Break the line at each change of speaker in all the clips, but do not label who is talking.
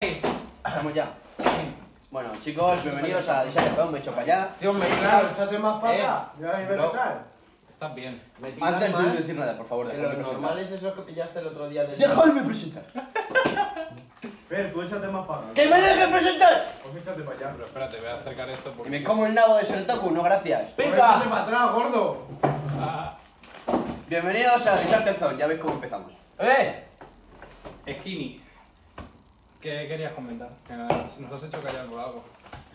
es?
Vamos ya. Bueno, chicos, bienvenidos a Design Pong, me he hecho para allá.
Dios mío,
Claro, échate más para
Eh,
acá. Ya, y ve
no.
qué tal.
Estás bien.
me pican
Antes de
más
decir nada, por favor,
que
dejadme
lo
presentar.
normal es eso que pillaste el otro día del...
¡Dejadme presentar!
Fer, tú échate más para acá.
¡Que me dejen presentar!
Pues échate para allá.
Pero espérate, voy a acercar esto
Que
porque.
me como el nabo de Sentoku, no gracias.
Pues Échate para atrás, gordo.
Ah,
Bienvenidos a Design Zone, ya veis cómo empezamos.
¡Eh!
Skinny. ¿Qué querías comentar? Que nos nos has hecho callar por algo.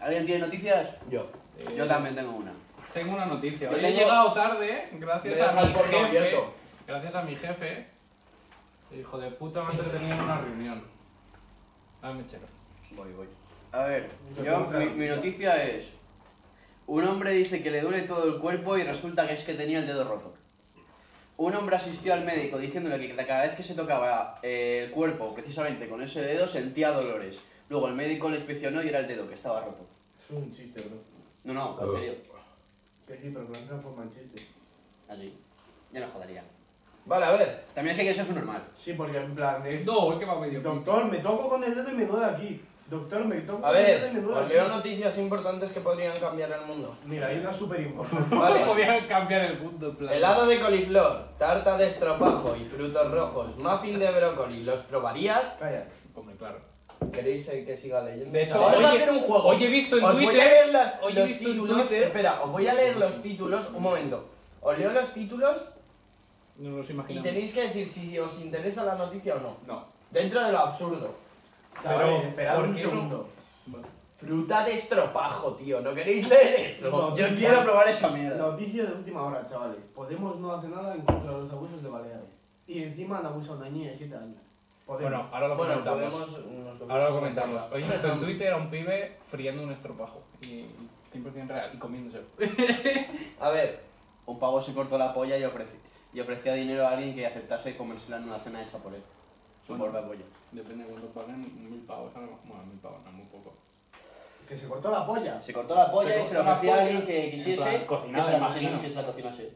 ¿Alguien tiene noticias?
Yo.
Eh,
Yo también tengo una.
Tengo una noticia.
Yo
Hoy he
tengo-
llegado tarde, eh, gracias
Voy a
a
dejar
mi
el porno
jefe.
abierto.
Gracias a mi jefe. Hijo de puta, me ha entretenido en una reunión. Dame checa.
Voy, voy. A ver,
Yo
yo,
tengo otra
mi, mi
noticia.
noticia es... Un hombre dice que le duele todo el cuerpo y resulta que es que tenía el dedo roto. Un hombre asistió al médico diciéndole que cada vez que se tocaba eh, el cuerpo, precisamente con ese dedo, sentía dolores. Luego el médico le inspeccionó y era el dedo que estaba roto.
Es un chiste, bro.
No, no, en serio.
Que sí, pero que no transforma en chiste.
Así. Ya me jodería.
Vale, a ver.
También es que eso es un normal.
Sí, porque en plan es...
No, es que va medio.
Doctor, me toco con el dedo y me nuda aquí. Doctor, me toco
A
con el dedo y
ver,
me nuda
os leo
aquí.
noticias importantes que podrían cambiar el mundo.
Mira, hay una súper importante.
No
Vale.
podían cambiar el punto en plan.
Helado de coliflor, tarta de estropajo y frutos rojos, muffin de brócoli, ¿los probarías?
Calla.
Hombre, claro.
¿Queréis eh, que siga leyendo?
De eso,
Vamos a
oye,
hacer un juego.
hoy he visto en
os voy a
Twitter-
leer las,
hoy he
los
visto en
títulos.
Twitter-
Espera, os voy a leer los títulos. Un momento. Os leo los títulos
No nos
y
imaginamos.
tenéis que decir si os interesa la noticia o no.
No.
Dentro de lo absurdo.
Chavales, esperad
¿por
un
qué no?
segundo.
Fruta de estropajo, tío. ¿No queréis leer eso?
No.
Yo quiero probar esa mierda.
Noticia de última hora, chavales. Podemos no hace nada en contra de los abusos de Baleares. Y encima han abusado de una niña de 7 años. Podemos.
Bueno, ahora lo
Bueno,
comentamos.
podemos... nos lo
Ahora lo comentamos. Hoy he
comentamos.
visto en Twitter a un pibe friendo un estropajo. Y 100% real. Y comiéndose.
A ver,
Un pavo se cortó la polla y ofrecía, y ofrecía dinero a alguien que aceptase comérsela en una cena hecha por él. Su
Bueno.
propia polla.
Depende de cuánto paguen. Mil pavos. algo. Bueno, mil pavos, no, muy poco.
Que se cortó la polla.
Se cortó la polla
Se
y se la
cortó la
ofrecía a
polla.
alguien que quisiese
plan, cocinada,
que, se la
imagino.
cocinase, que se la cocinase.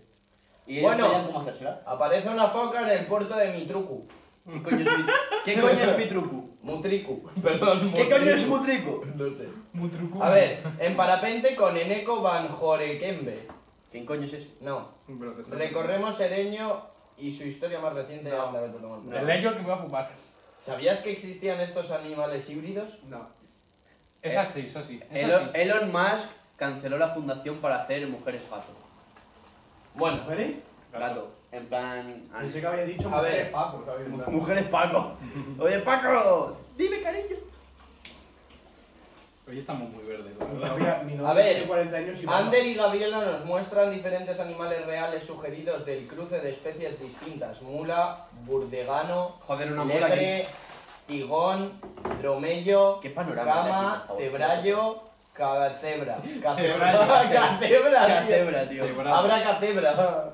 Y ellos
Bueno.
sabían cómo hacérsela.
aparece una foca en el puerto de Mitruku.
¿Qué coño es mi, ¿Qué coño es mi truco?
Mutriku. Perdón,
¿Qué coño es mi truco?
No sé.
Muy truco.
A ver, en parapente con Eneko Van Jorekembe.
¿Quién coño es ese?
No.
Pero te estoy-
Recorremos Ereño y su historia más reciente.
No.
Anda, vete a tomar por
El
culo.
ello que me va a fumar.
¿Sabías que existían estos animales híbridos?
No.
Es
Eh,
así, es así. Es
Elon,
así.
Elon Musk canceló la fundación para hacer mujeres gato.
Bueno,
¿Veréis?
Gato. En plan...
Pensé Ah, que había dicho
A ver.
mujeres papos, que habéis dado.
Mujeres Paco. Oye Paco, dime cariño.
Hoy estamos muy verdes. la
Mi
verdad.
novia- mi novia
A ver,
tiene 40 años y
Ander y Gabriela nos muestran diferentes animales reales sugeridos del cruce de especies distintas. Mula, burdegano,
Joder, una mula que...
lebre, tigón, dromello,
Qué panorama de aquí,
rama,
por favor.
cebrallo, cacebra. Cacebra,
Cebrallo.
cacebra, tío.
Cacebra, tío.
Cebra.
Habrá cacebra.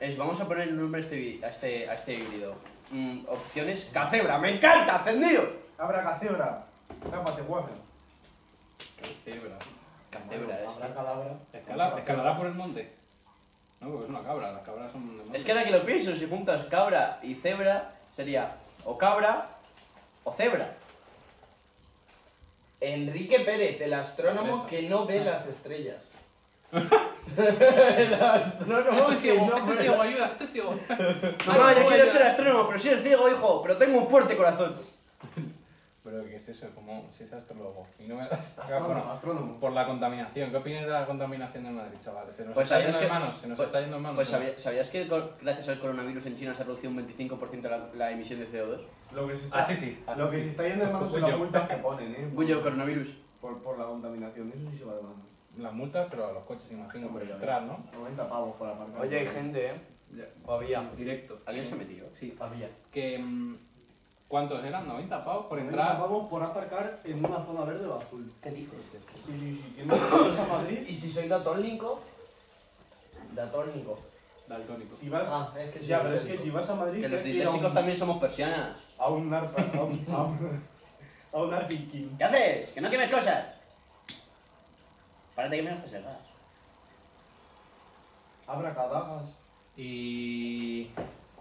Es- vamos a poner el nombre a este, vi- a este, a este híbrido. Mm, opciones. ¡Cacebra! ¡Me encanta! ¡Encendido!
Abra cacebra. Cápate, guapo.
Cebra.
Cacebra,
Abra cadabra.
Escala- Escalará por el monte. No, porque es una cabra. Las cabras son de monte.
es. Es que ahora que lo pienso, si juntas cabra y cebra, sería o cabra o cebra.
Enrique Pérez, el astrónomo
Pereza.
que no
Ah.
ve las estrellas. el astrónomo
Esto es
que
ciego,
no
esto es
ve
ciego, ayuda, esto es ciego.
Mamá, yo
joder.
quiero ser astrónomo, pero soy el ciego, hijo, pero tengo un fuerte corazón.
Pero ¿qué es eso? Como si es astrólogo. Y no me
Astrónomo, astrónomo.
Por la contaminación. ¿Qué opinas de la contaminación de Madrid, chavales? Se nos
Pues
está
sabías
yendo de
que-
manos, se nos
pues-
está yendo de manos.
Pues ¿sabía- ¿sabías que cor- gracias al coronavirus en China se ha reducido un 25% la, la emisión de CO2?
Lo que se está,
Así Ah, sí. así
lo que
sí.
se está yendo de manos son
Bullo.
las multas que ponen, ¿eh?
Pues
Bullo, coronavirus.
Por, por la contaminación, eso sí se va de manos.
Las multas, pero a los coches, imagino, por
Hombre, ya
entrar, ¿no?
90 pavos por aparcar.
Ah,
Oye, hay gente, ¿eh? Había.
Directo.
¿Alguien se ha metido?
Sí.
Había.
Que, mm, ¿Cuántos eran? ¿90 pavos por
90
entrar?
pavos por aparcar en una zona verde o azul.
¿Qué dijo?
Sí, sí, sí. Que no vas a Madrid,
¿Y si soy datónico? Datónico.
Daltónico.
si vas...
Ah, es que
ya,
soy
pero es que
daltónico.
si vas a Madrid...
Que los
tienes que ir a
disléxicos
un-
también somos persianas.
A un narpa, a un... A un, a un arpiquín.
¿Qué haces? ¡Que no quemes cosas! Párate que me haces el gas.
Abra cadagas.
eh, Y...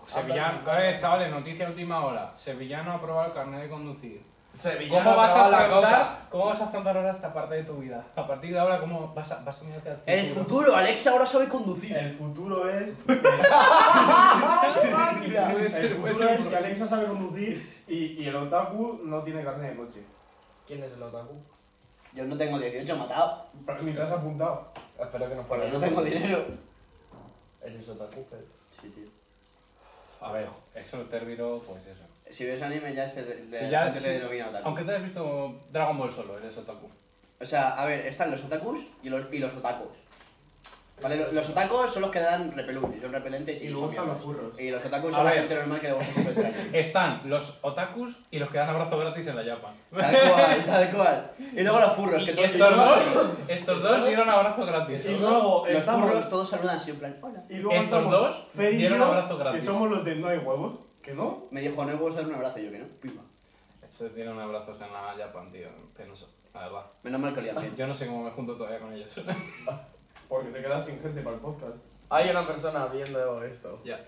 Sevillano, a ver, chavales, noticia última hora. Sevillano ha aprobado el carnet de conducir. Sevillano
¿Cómo vas a
traba la
afrontar-
coca. ¿Cómo vas a afrontar ahora esta parte de tu vida? A partir de ahora, ¿cómo vas a, vas a mirarte al
El futuro, Alexa ahora sabe conducir.
El futuro es.
Máquina.
El
Puede ser- puede ser
futuro es
un
que
problema.
Alexa sabe conducir y, y el otaku no tiene carnet de coche.
¿Quién es el otaku?
Yo no tengo 18 matado,
Pero Ni te has apuntado.
Espero que no fuera
porque
el
no
otaku.
tengo dinero.
Eres otaku, pero...
Sí, tío.
A ver, eso término, pues eso.
Si ves anime ya se de, de-
Si ya-
la gente te
si-
denomina otaku.
Aunque te hayas visto Dragon Ball solo, eres otaku.
O sea, a ver, están los otakus y los, y los otakus. Vale, lo- los otakus son los que dan repelús, son repelentes y,
Y
son
luego están
mierdas.
los furros.
Y los otakus
A
son la
ver.
gente normal que le gusta mucho el traje.
Están los otakus y los que dan abrazo gratis en la Japan.
Tal cual, tal cual. Y luego los furros, que
Y
todos,
estos dos, estos dos dieron abrazo gratis.
Y luego
los
estamos.
furros todos saludan así en plan, hola.
Y luego
Estos
estamos
dos
Fede y
dieron
yo,
abrazo gratis.
Que somos los de no hay huevos. ¿Que no?
Me dijo, no puedo dar un abrazo, yo que no, pima.
Se dieron abrazos en la Japan, tío. Penoso, la verdad.
Menos mal que olía bien.
Yo no sé cómo me junto todavía con ellos.
Porque te quedas sin gente para el podcast.
Hay una persona viendo esto.
ya.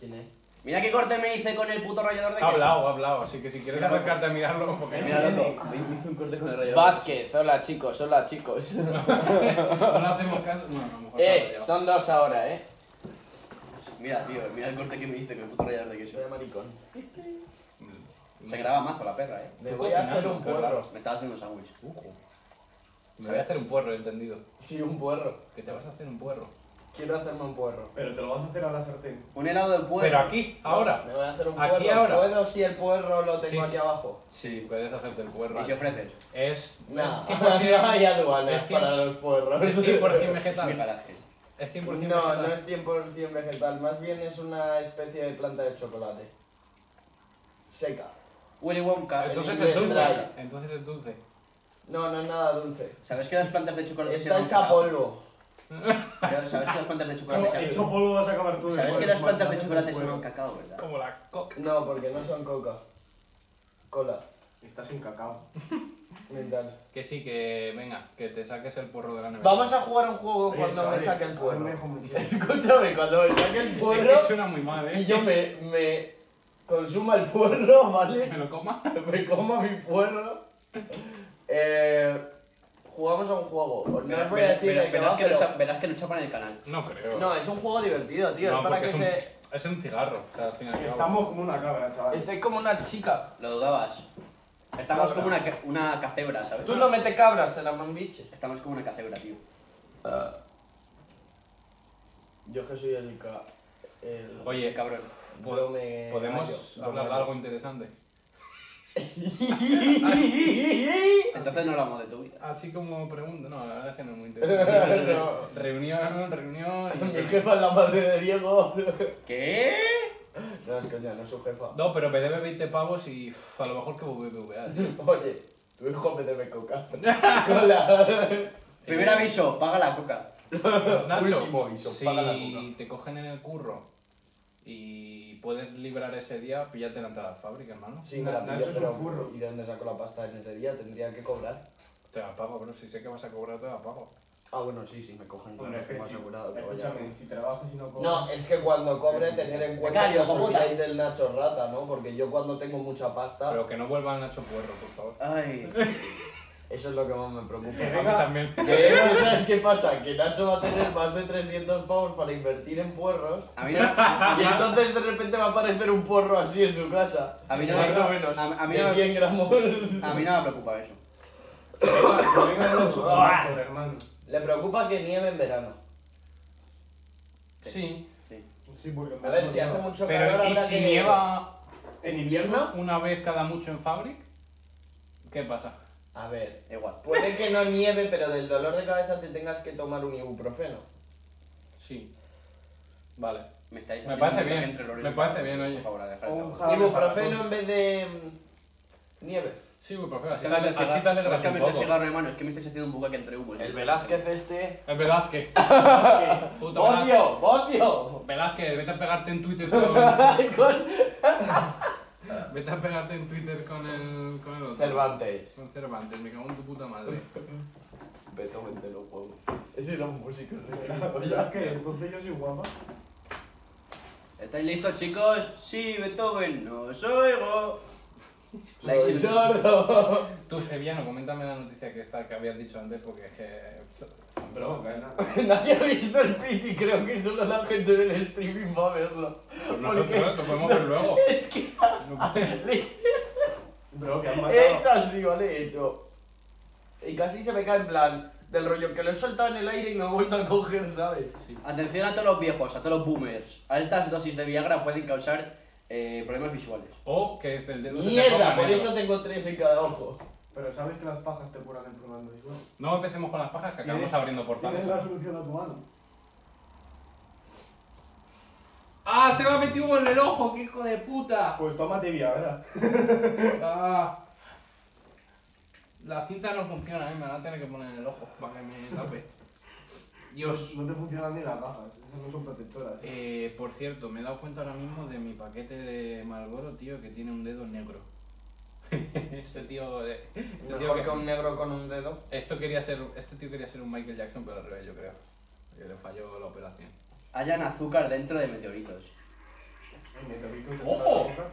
¿Quién es?
Mira qué corte me hice con el puto rallador de
Ha
queso.
hablado, ha hablado, así que si quieres
Míralo.
acercarte a mirarlo, porque
Mira, loco, me hice un corte con el rallador.
Vázquez, hola chicos, hola chicos.
no le hacemos caso. Bueno, a lo mejor
eh,
ahora ya.
son dos ahora, eh.
Mira, tío, mira el corte que me hice con el puto rallador de queso.
Soy maricón.
Se graba mazo la perra, eh.
Me
Estoy
voy a hacer
cocinando,
un
qué raro.
puerro.
Me estaba haciendo un sándwich.
Ujú. Me voy a hacer un puerro, he entendido.
Sí, un puerro.
Que te vas a hacer un puerro.
Quiero hacerme un puerro.
Pero te lo vas a hacer a la sartén.
Un helado de puerro.
Pero aquí, ahora.
Me voy a hacer un
Aquí
puerro.
ahora.
¿Puedo si el puerro lo tengo
Sí,
aquí
sí.
abajo?
Sí, puedes hacerte el puerro.
Y si ofreces,
Es.
Nah,
es
no hay aduanas
es cien-
para los puerros.
Es 100%
mi
vegetal.
garaje.
Es 100%
No, no
vegetal.
es 100% vegetal, más bien es una especie de planta de chocolate. Seca.
Willy Wonka. el
Entonces
niño
es
de
dulce.
Shrek.
Entonces es dulce.
No, no es nada dulce.
¿Sabes que las plantas de chocolate
Está
se
hecha polvo.
Pero ¿Sabes que las plantas de chocolate se
Hecho polvo vas a acabar tú.
¿Sabes que
igual,
las
mal,
plantas de
mal,
chocolate
bueno.
son cacao, verdad?
Como la coca.
No, porque no son coca. Cola.
Estás en cacao.
Mental.
Que sí, que venga, que te saques el puerro de la nevera.
Vamos a jugar un juego
Oye,
cuando me
chavales,
saque el
a mí me
puerro.
dejó muy bien.
Escúchame, cuando me saque el
Es
puerro
que suena muy mal,
y
¿eh?
yo me, me consuma el puerro, ¿vale?
¿Me lo coma?
Me como mi puerro. Eh, jugamos a un juego. No os voy a
Verás-
decir de qué
verás
va,
que lo
pero...
cha- Verás que lo chapan en el canal.
No creo.
No, es un juego divertido, tío.
No,
es para que
porque es un-
se...
Es un cigarro, o sea, al final.
Estamos como una cabra, chaval.
Estoy como una chica.
Lo dudabas. Estamos
Cabra.
como una, ca- una cacebra, ¿sabes?
Tú no metes cabras en la mambiche.
Estamos como una cacebra, tío.
Ah. Yo que soy el... ca- el...
Oye,
Cabrón.
po-
brome-
¿podemos
gallo,
hablar de
bromero.
algo interesante?
Entonces no hablamos de tu vida.
Así como pregunta, no, la verdad es que no es muy interesante.
No.
Reunión, reunión.
Mi jefa es la madre de Diego.
¿Qué?
No, es coña, no es su jefa.
No, pero me debe 20 pavos y uf, a lo mejor que BBVA. tío.
Oye, tu hijo me debe coca. Hola.
Primer aviso, paga la coca.
Nacho,
Último y
si
sopaga la boca.
te cogen en el curro y puedes librar ese día, píllate la entrada a la fábrica, hermano.
Sí, me la
Nacho
pillo,
es un
pero-
furro.
¿Y de dónde sacó la pasta en ese día? Tendría que cobrar.
Te la pago, bro. Si sé que vas a cobrar, te la pago.
Ah, bueno, sí, sí, me cogen con
Bueno, es que
como
si-
asegurado. que vaya.
Escúchame, si trabajas y no cobras.
No, es que cuando cobre, tener en cuenta que
Becario,
os
cojones.
olvidáis del Nacho Rata, ¿no? Porque yo cuando tengo mucha pasta,
Pero que no vuelva Nacho Puerro, por favor.
Ay.
eso es lo que más me preocupa.
A
Que
mí
venga.
también.
Que es que, ¿sabes qué pasa? Que Nacho va a tener más de 300 pavos para invertir en puerros.
A mí no, a,
Y entonces de repente va a aparecer un puerro así en su casa.
A mí no
más
me-
o menos.
a- a mí
de
no me-
100 gramos.
a mí no me preocupa eso.
Que venga el ocho, por hermano.
Le preocupa que nieve en verano.
Sí.
Sí.
Sí, porque en
A ver,
verano
si hace
no.
mucho calor
Pero ¿y
habrá
si
que...
nieva
¿En invierno?
una vez cada mucho en Fabric? ¿Qué pasa?
A ver,
Igual.
puede que no nieve, pero del dolor de cabeza te tengas que tomar un ibuprofeno.
Sí. Vale.
Me estáis
Me
haciendo
parece
un
bien,
viaje entre los
me
libros.
parece bien, oye.
Por favor, a dejar
O
el
un
trabajo.
jarabe para
Ibuprofeno
tos.
en vez de... mm, nieve.
Sí, pues, muy profe, así te
Déjame el cigarro.
así te
Es
alegras
que
un
me estoy
poco.
cigarro, hermano, es que me estáis haciendo un bucaque entre humos.
este...
Es Velázquez. Puta Velázquez.
¡Bocio! ¡Bocio!
Velázquez, vete a pegarte en Twitter con...
Ay, con-
Vete a pegarte en Twitter con el... Con el otro.
Cervantes.
Con Cervantes, me cago en tu puta madre.
Beethoven te lo juego. Ese era un músico.
Ya que entonces yo soy guapa.
¿Estáis listos, chicos? Sí, Beethoven, no os oigo. La ex-
sordo!
Tú, Sevillano, coméntame la noticia que esta que habías dicho antes porque es eh, que.
Pero, nada.
Nadie ha visto el piti, creo que solo la gente del streaming va a verlo.
Pues
Porque-
nosotros lo podemos ver luego.
Es que le
Bro, que han
he
matado.
hecho así, ¿vale? He hecho. Y casi se me cae en plan del rollo que lo he soltado en el aire y lo he vuelto a coger, ¿sabes?
Atención a todos los viejos, a todos los boomers. Altas dosis de Viagra pueden causar eh, problemas visuales.
O que es el dedo se te ponga
Mierda, por
negro.
eso tengo tres en cada ojo.
Pero sabes que las pajas te curan el problema visual.
No empecemos con las pajas que acabamos
Tienes-
abriendo
Tienes
portales.
la solución a tu mano.
¡Ah! ¡Se me ha metido en el ojo! ¡Qué hijo de puta!
Pues tómate Viagra.
Ah. La cinta no funciona, ¿eh? me la van a tener que poner en el ojo para que me tape. Dios.
Pues No te funcionan ni las gafas, esas no son protectoras.
Eh, por cierto, me he dado cuenta ahora mismo de mi paquete de Marlboro, tío, que tiene un dedo negro. este tío de. Este tío
Mejor
que-
que un negro con un dedo.
Esto quería ser. Este tío quería ser un Michael Jackson, pero al revés, yo creo. Que le falló la operación.
Hallan azúcar dentro de meteoritos.
El meteorito se
¡Ojo!
te va a tocar.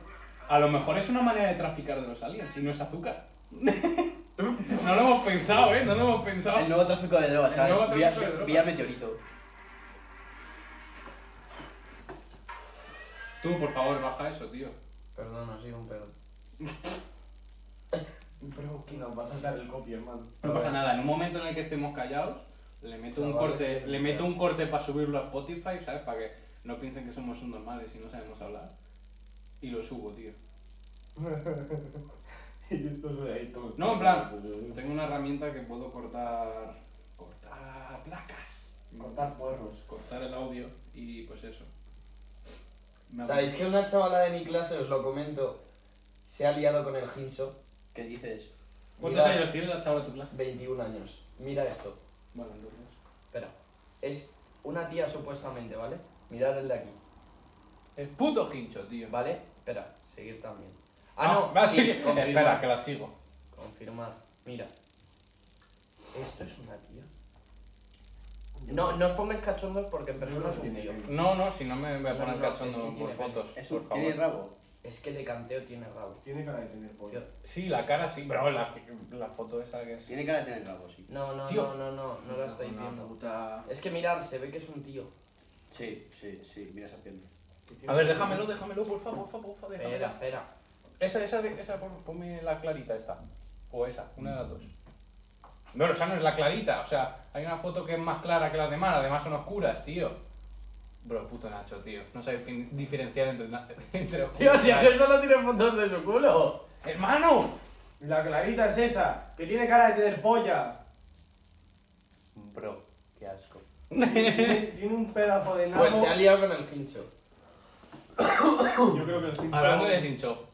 A lo mejor es una manera de traficar de los aliens, y no es azúcar. no lo hemos pensado, ¿eh? No lo hemos pensado.
El nuevo tráfico de
El
drogas,
nuevo
chaval. Vía,
tráfico de drogas.
vía meteorito.
Tú, por favor, baja eso, tío.
Perdón, ha sido un pedo.
Pero que nos va a sacar el copy, hermano.
No pasa nada, en un momento en el que estemos callados, le meto un
Chavales,
corte,
sí,
le meto
sí.
un corte para subirlo a Spotify, ¿sabes? Para que no piensen que somos un normales y no sabemos hablar. Y lo subo, tío.
Y esto suena ahí todo.
No, en plan, tengo una herramienta que puedo cortar cortar placas,
Cortar puerros.
cortar el audio y pues eso. Me
¿Sabéis que una chavala de mi clase, os lo comento, se ha liado con el hincho?
¿Qué dices?
¿Cuántos
Mira-
años tiene la chava de tu clase?
21 años. Mira esto.
Bueno, entonces.
Espera. Es una tía supuestamente, ¿vale? Mirad el de aquí.
El puto hincho, tío.
¿Vale? Espera. Seguir también. Ah, no.
va,
sí,
sigue.
confirmar.
Espera, que la sigo.
Confirmar. Mira. ¿Esto es una tía? No, no os pongáis cachondos porque en persona es un tío.
No, no, si no me voy a
No,
poner
no,
cachondo
es que
por
tiene-
fotos,
Es
por
un,
favor.
tiene rabo.
Es que de canteo tiene rabo.
Tiene cara de tener pollo.
Sí, la cara sí, pero la, la foto esa que es.
Tiene cara de tener rabo, sí.
No, no,
Tío.
no, no, no, no la estoy
Una
viendo.
puta-
Es que mirad, se ve que es un tío.
Sí, sí, sí. Mira esa pierna.
A ver, déjamelo, déjamelo, por favor, por favor, por favor. déjamelo.
Espera, espera.
Esa, esa, de- esa, pon- ponme la clarita esta. O esa, una de las dos. No, o sea, no es la clarita, o sea, hay una foto que es más clara que las demás, además son oscuras, tío. Bro, puto Nacho, tío. No sabes fin- diferenciar entre, na- entre
Tío,
oscuras.
si es que solo tiene fotos de su culo.
¡Hermano!
La clarita es esa, que tiene cara de tener polla.
Bro, qué asco.
tiene tiene un pedazo de nabo.
Pues se ha liado con el hincho.
Yo creo que el pincho-
Hablando de Sincho,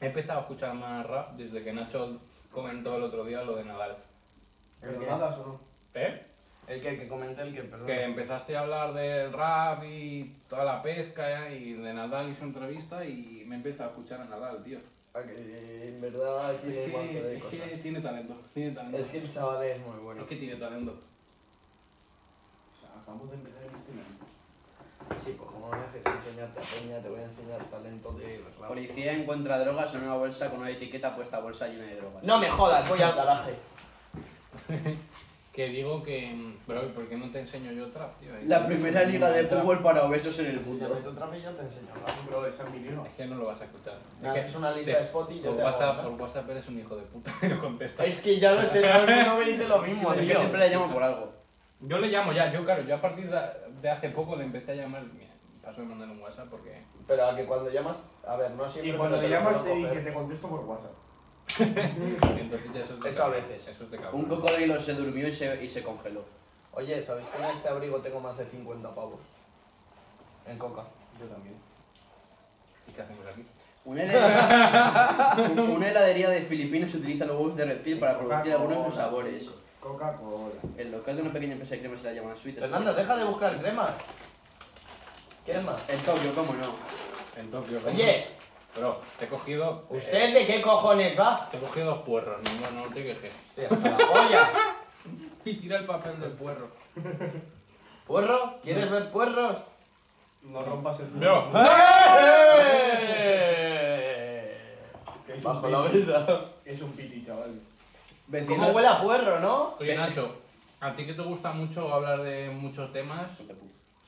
he empezado a escuchar más rap desde que Nacho comentó el otro día lo de Nadal.
Pero nada, solo.
¿Eh?
El que, que comenté, el que, perdón.
Que empezaste a hablar del rap y toda la pesca ¿eh? y de Nadal y su entrevista y me empezó a escuchar a Nadal, tío.
Ah, que en verdad tiene
Es
un montón
que,
de
es
cosas.
que tiene talento, tiene talento.
Es que el chaval es muy bueno.
Es que tiene talento.
O sea, acabamos de empezar el streaming.
Sí, pues como me dejes enseñarte a Peña, te voy a enseñar talento de rap.
Policía encuentra drogas en una bolsa con una etiqueta puesta a bolsa llena de drogas.
No me jodas, voy al garaje.
Que digo que, mm, bro, ¿por qué no te enseño yo trap, tío?
La primera liga de fútbol para obesos en el
Si yo meto
mundo.
otra vez, yo te enseño rap.
Bro, esa es mi liga.
Es que no lo vas a escuchar.
Nada,
que
es una lista
te-
de spot y yo
por
te hago
WhatsApp,
una.
por WhatsApp eres un hijo de puta y no contestas.
Es que ya lo sé, no no me dice lo mismo,
Es que
tío.
siempre le llamo por algo.
Yo le llamo ya, yo claro, yo a partir de, de hace poco le empecé a llamar, mira, paso de mandar un WhatsApp porque...
Pero a que cuando llamas, a ver, no siempre.
Y cuando
pero te
le
lo
llamas
suelo
te dice
coger.
te contesto por WhatsApp.
Entonces ya eso es de
Eso a
cabrón,
veces.
Eso es de cabrón.
Un cocodrilo se durmió y se, y se congeló.
Oye, ¿sabéis que en este abrigo tengo más de 50 pavos? En coca.
Yo también.
¿Y qué hacemos aquí?
Una heladería, una heladería de Filipinas utiliza los huevos de reptil para producir algunos de sus sabores.
Coca-Cola.
El local de una pequeña empresa de cremas se la llaman Sweet.
Fernando, deja de buscar cremas. Cremas.
En Tokio, cómo no.
En Tokio. ¿cómo?
Oye,
Bro, te he cogido... eh,
¿usted de qué cojones va?
te he cogido dos puerros, no, no te quejes.
Hostia, hasta la polla.
Y tira el papel del puerro.
¿Puerro? ¿Quieres ver puerros? Mm. ¡Ah!
No rompas el
Bro.
¡Eh!
Que Es
bajo
un
la
piti.
mesa.
Es un piti, chaval.
¿Cómo
Vecino.
huele a puerro, no?
Oye, Nacho, a ti que te gusta mucho hablar de muchos temas,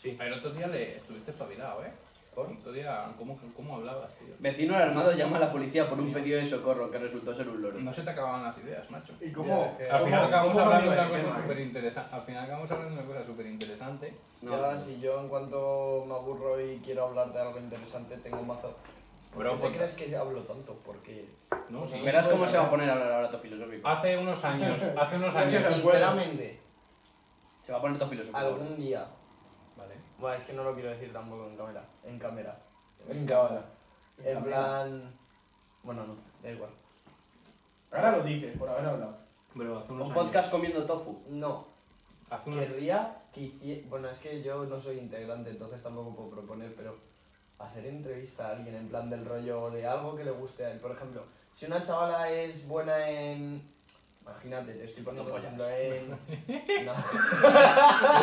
Sí.
el otro día le estuviste espabilado, ¿eh? El
¿Por?
otro día, ¿cómo, cómo hablabas, tío?
Vecino alarmado llama a la policía por un pedido de socorro que resultó ser un loro.
No se te acababan las ideas, macho.
¿Y
Ya, es
cómo?
que-
Al final
¿Cómo-
acabamos
cómo
hablando de
cambia
una
el
cosa
tema,
súper
eh?
interesante. Al final acabamos hablando de una cosa súper interesante.
No,
Ya,
no.
si yo en cuanto me aburro y quiero hablar de algo interesante, tengo un mazo. ¿Por
Bro,
qué
pues-
te crees que yo hablo tanto? Porque,
No, sí.
Verás
pues,
cómo se va a poner a hablar ahora todo filosófico.
Hace unos años, hace unos
Ya que
años.
se acuerda.
sinceramente,
Se va a poner todo filosófico. ahora.
algún día...
Vale.
Bueno, es que no lo quiero decir tampoco en cámara. En cámara.
En cámara.
En plan... Bueno, no, da igual.
Ahora lo dices, por haber hablado.
Bro, hace unos
Un
años.
podcast comiendo tofu.
No,
Hace
Mm.
unos
querría que hicie- Bueno, es que yo no soy integrante, entonces tampoco puedo proponer, pero hacer entrevista a alguien en plan del rollo de algo que le guste a él. Por ejemplo, si una chavala es buena en... Imagínate, te estoy poniendo por ejemplo en... No,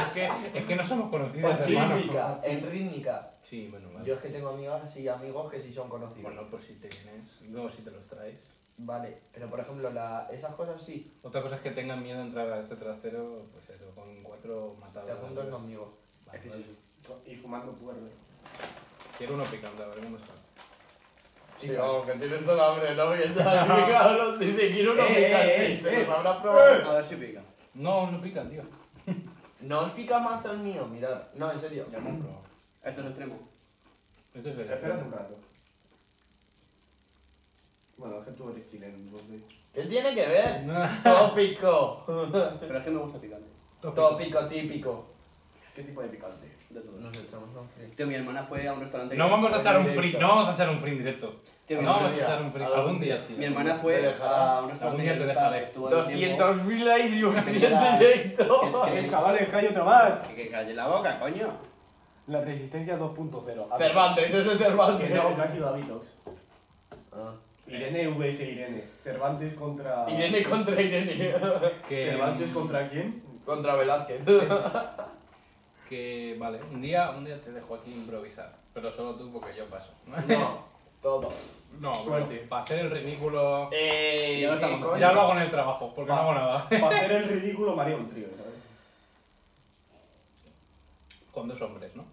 Es que, es que no somos conocidos,
Pues
en
hermano.
rítmica, en rítmica.
Sí, bueno, vale.
Yo es que tengo amigas y amigos que sí son conocidos.
Bueno, pues si te vienes, luego si te los traes.
Vale, pero por ejemplo, la... esas cosas sí,
Otra cosa es que tengan miedo a entrar a este trastero, pues eso, con cuatro
te
matados.
juntas conmigo.
Vale,
Sí,
vale.
sí.
Y fumando puerro.
Quiero uno picante, a ver cómo está.
Sí, vamos, que tienes todo hambre, ¿no? Que está picado, dice, quiero unos
Eh, eh,
picantes,
eh,
se los
eh.
habrá probado.
A ver si pica.
No, no pican, tío.
No os pica mazo el mío, mirad. No, en serio.
Ya hemos probado.
Esto es extremo.
Esto Este es el
Espérate un rato. Bueno, es que tú eres chileno, entonces.
¿Qué tiene que ver?
No.
Tópico.
Pero es que me gusta picante.
Tópico típico.
¿Qué tipo de picante?
De todo.
Nos echamos un free.
Tío, mi hermana fue a un restaurante.
No
que-
vamos a echar un
Directo.
free, no vamos a echar un free directo.
Tío, mi,
No
hermana-
vamos a echar un free, algún día sí.
mi hermana
Te
fue
dejarás.
a un restaurante.
Algún día
que
te
estaba-
dejaré.
estuvo al tiempo.
200.000 likes y un free en
Genial.
directo.
Que- que-
chavales, que hay otra más.
Que, que calle la boca, coño.
La resistencia 2.0.
Cervantes, ese es Cervantes.
Que no, que ha sido Davitox.
Ah.
Irene vs Irene. Cervantes contra.
Irene contra Irene.
Que,
Cervantes contra quién?
contra Velázquez.
Que vale, un día, un día te dejo aquí improvisar, pero solo tú porque yo paso.
No, todo.
No,
Suerte.
para hacer el ridículo.
Eh,
Ya lo estamos
¿qué coño?
Ya lo hago en el trabajo, porque
Va.
no hago nada.
Para hacer el ridículo, María un trío, ¿sabes?
Con dos hombres, ¿no?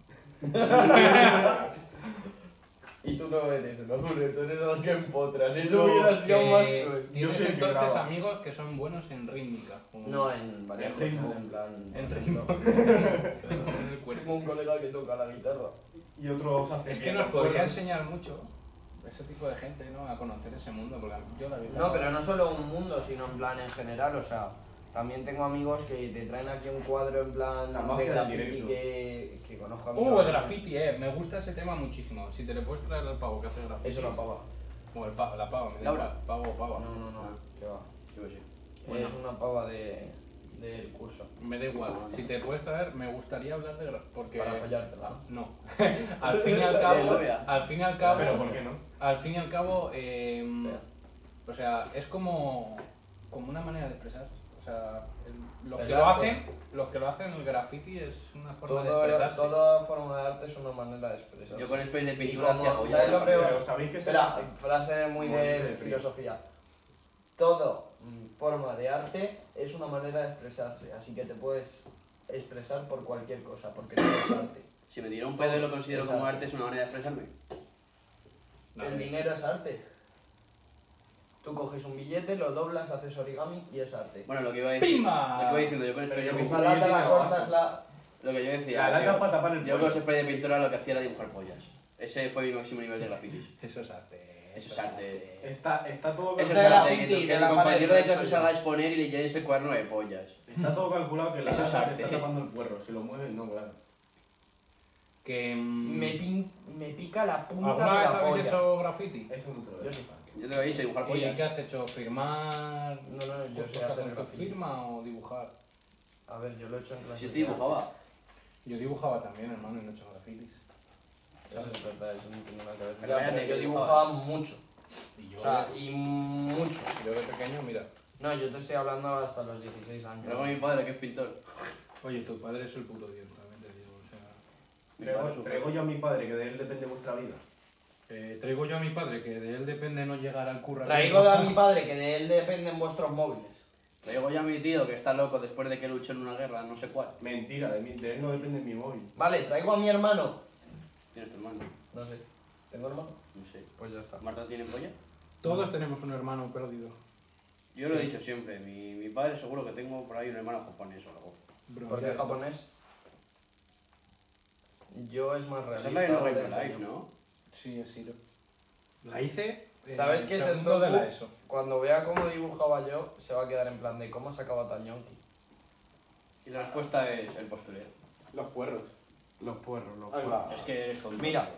Y tú no eres el hombre, tú eres el que empotras. Eso
No,
hubiera sido
Que
más
Yo
Eh, Tienes
soy el que
entonces
graba. eh.
amigos que son buenos en rítmica. como-
No, en varias
En ritmo.
cosas, en plan.
En ritmo. en el cuerpo.
Tengo un colega que toca la guitarra.
Y otros hacen.
Eh,
Es que nos podría enseñar mucho ese tipo de gente, ¿no? A conocer ese mundo, porque yo la verdad.
No, pero no solo un mundo, sino en plan en general, o sea, también tengo amigos que te traen aquí un cuadro en plan
La
de
magia del
graffiti
directo.
que, que conozco a mi
Uh, el
cabrón.
graffiti, eh. Me gusta ese tema muchísimo. Si te le puedes traer al pavo que hace graffiti.
Es una pava.
O el pavo, la pava, me da
Laura.
igual. Pavo, pava.
No, no, no, que va.
Yo sí.
Bueno.
Es una pava de, del curso.
Me da igual. Si te puedes traer, me gustaría hablar de graffiti. Porque.
Para follártela.
No. al fin y al cabo.
Novia.
al fin y al cabo.
Pero ¿por qué no?
Al fin y al cabo. em,
Espera.
o sea, es como. Como una manera de expresar. O sea, el- los
El
que lo
arte.
hacen. Los que lo hacen el graffiti es una forma de
pues- Todo,
expresarse.
toda forma de arte es una manera de expresar.
Yo con spray de pintura
como-
hacía
¿sabes
pollas.
lo peor?
Pero sabéis que se-
Espera, frase muy
Bueno,
de
ese de frío.
filosofía. Todo mm, forma de arte es una manera de expresarse, así que te puedes expresar por cualquier cosa, porque todo es arte.
Si me diera un pedo y lo considero
Exacto.
como arte, es una manera de expresarme.
No,
El dinero es arte. Tú coges un billete, lo doblas, haces origami y es arte.
Bueno, lo que iba a decir.
¡Pima!
Lo que iba diciendo yo con spray de
Pero yo
pintura.
La lata la cortas, la...
Lo que yo decía.
La lata
tío,
para tapar el
Yo con
pollo.
spray de pintura lo que hacía era dibujar pollas. Ese fue mi máximo nivel de graffiti.
Eso es arte.
Eso es arte.
Está, está todo
Eso es
calculado-
arte. Que,
graffiti,
tu-
de
que
la
tu
pared,
compañero de
eso
clase
yo.
salga a exponer y le llenes el cuaderno de pollas.
Está todo calculado que la
Eso es
lata
arte.
te está tapando el puerro. Si lo mueves, no, claro.
Que. mm,
Me, pin- me pica la punta de
¿Alguna vez
la
habéis
polla.
hecho graffiti?
Eh,
Eso no te lo
Yo
digo.
sí.
Yo te lo he dicho, dibujar
¿Y
pollas.
qué has hecho? ¿Firmar?
No, no, yo
Pues
sé
con
hacer
tu
graffiti.
firma o dibujar?
A ver, yo lo he hecho en clase.
Si yo te
de arte.
dibujaba.
Yo dibujaba también, hermano, y no he hecho grafitis.
Eso es verdad, eso no tiene nada que ver.
Pero
Ya,
vaya
pero
que
yo
dibujabas.
dibujaba mucho.
Y yo,
O sea, y mucho.
yo de pequeño, mira.
No, yo te estoy hablando hasta los 16 años.
Pero con mi padre, que es pintor.
Oye, tu padre es el puto dios, también te digo. O sea,
Mi
Traigo-
padre es un-
Traigo yo a mi padre, que de él depende vuestra vida.
Eh, traigo yo a mi padre, que de él depende no llegar al curra.
Traigo a mi padre, que de él dependen vuestros móviles.
Luego ya mi tío, que está loco después de que luchó en una guerra, no sé cuál.
Mentira, de, mi, de él no depende mi móvil.
Vale, traigo a mi hermano.
Tienes tu hermano,
No sé, ¿tengo hermano?
no sé.
Pues ya está.
¿Marta tiene polla?
Todos tenemos un hermano perdido.
Yo lo he dicho siempre, mi, mi padre seguro que tengo por ahí un hermano japonés o algo.
Bro,
¿Por
ya
qué
está.
japonés? Yo es más
Pero
realista.
siempre hay un
lo
Rainbow
del
Life,
niño.
¿no?
Sí, es Iro.
La hice. en
¿Sabes qué es el
segundo de la
tofu?
ESO?
Cuando vea cómo dibujaba yo, se va a quedar en plan de cómo sacaba tan yonki.
Y la respuesta es el postureo.
Los puerros.
Los puerros, los
Es que eres jodido.
Mira.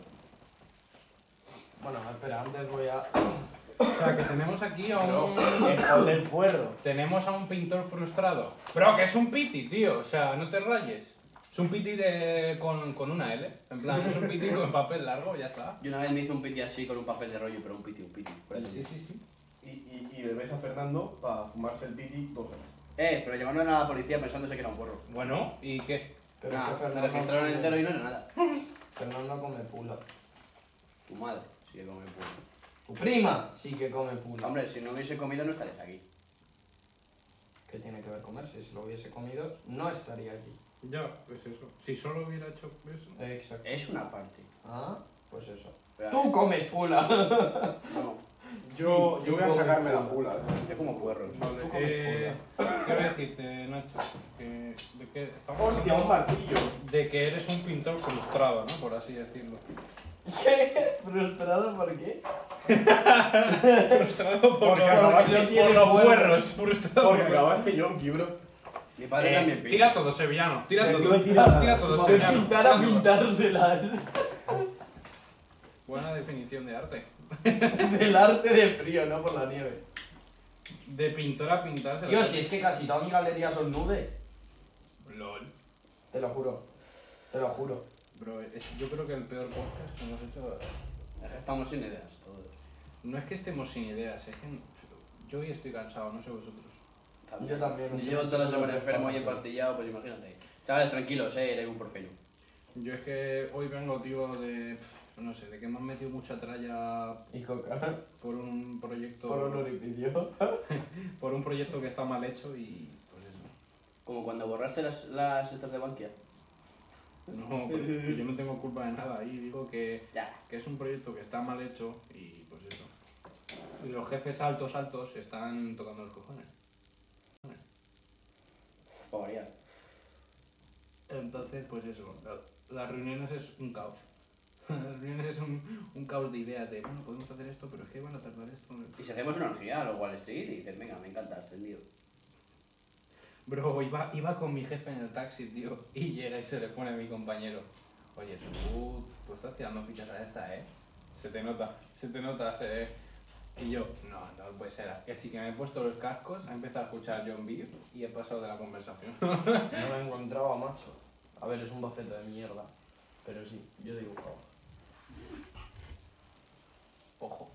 Bueno, espera, antes voy a...
O sea, que tenemos aquí a un...
del puerro.
Tenemos a un pintor frustrado. Bro, que es un piti, tío. O sea, no te rayes. Es un piti de... con, con una L. En plan, es un piti con papel largo, ya está.
Yo una vez me hice un piti así con un papel de rollo, pero un piti, un piti. por eso.
Sí, sí, sí.
Y, y, y debes a Fernando para fumarse el piti dos horas.
Eh, pero llamaron a la policía pensándose que era un puerro.
Bueno, ¿y qué?
Pero
Nah,
es que
me
Fernando,
registraron entero y no era nada.
Fernando come pula.
Tu madre sigue como el puerro.
Tu prima sí que come pula.
Hombre, si no hubiese comido no estarías aquí.
¿Qué tiene que ver comer? Si se lo hubiese comido, no estaría aquí.
Ya, pues eso. Si solo hubiera hecho eso.
Eh,
Exacto.
Es una parte.
Ah, pues eso.
Pero,
Tú comes pula.
No,
Yo, yo voy a sacarme la pula. ¿eh?
yo como puerros.
Vale,
Tú comes
eh, ¿Qué voy a decirte, Nacho? Que- de que estamos
Hostia, un martillo.
de que eres un pintor frustrado, ¿no? Por así decirlo.
¿Qué? ¿Frustrado por qué?
Frustrado por,
Porque
los-
acabaste
por
tienes
los
huevos.
puerros. Frustrado
Porque
por los-
acabaste yonki, bro.
Mi padre
Eh,
también piti.
tira todo sevillano, tira
Ya
todo,
que voy a
tira,
tirar.
todo
Se
sevillano. tira todo.
pintárselas.
Buena definición de arte.
Del arte de frío, no por la nieve.
De pintor a pintarse.
Tío, si es que casi toda mi galería son nubes.
LOL.
Te lo juro. Te lo juro.
Bro, es- yo creo que el peor podcast que hemos hecho.
Estamos sin ideas todos.
No es que estemos sin ideas, es que yo hoy estoy cansado, no sé vosotros.
Yo también,
Si
yo
llevo toda la
soy
semana
un
enfermo y
despacio.
empastillado, pues imagínate. Chavales, tranquilos, eh, eres un porfeño.
Yo es que hoy vengo, tío, de. pf, No sé, de que me han metido mucha tralla
Y coca.
por un proyecto.
Por un orificio.
por un proyecto que está mal hecho y. Pues eso.
Como cuando borraste las, las estas de Bankia.
No, pues, yo no tengo culpa de nada ahí. Digo que,
Ya.
que es un proyecto que está mal hecho y pues eso. Y Los jefes altos, altos se están tocando los cojones.
Para pues variar.
Entonces, pues eso. la- Las reuniones es un caos. Las reuniones es un, un caos de ideas de, bueno, podemos hacer esto, pero es que van a tardar esto.
Y si hacemos una orgía a los Wall Street y dices, venga, me encanta, entendido.
Bro, iba, iba con mi jefe en el taxi, tío, y llega y se le pone a mi compañero. Oye, tú, tú estás tirando fichas a esta, ¿eh? Se te nota, se te nota. hace- Y yo, no, no puede ser. Así que me he puesto los cascos, he empezado a escuchar John Beef y he pasado de la conversación.
No la encontraba, macho. A ver, es un boceto de mierda. Pero sí, yo dibujaba.
Ojo.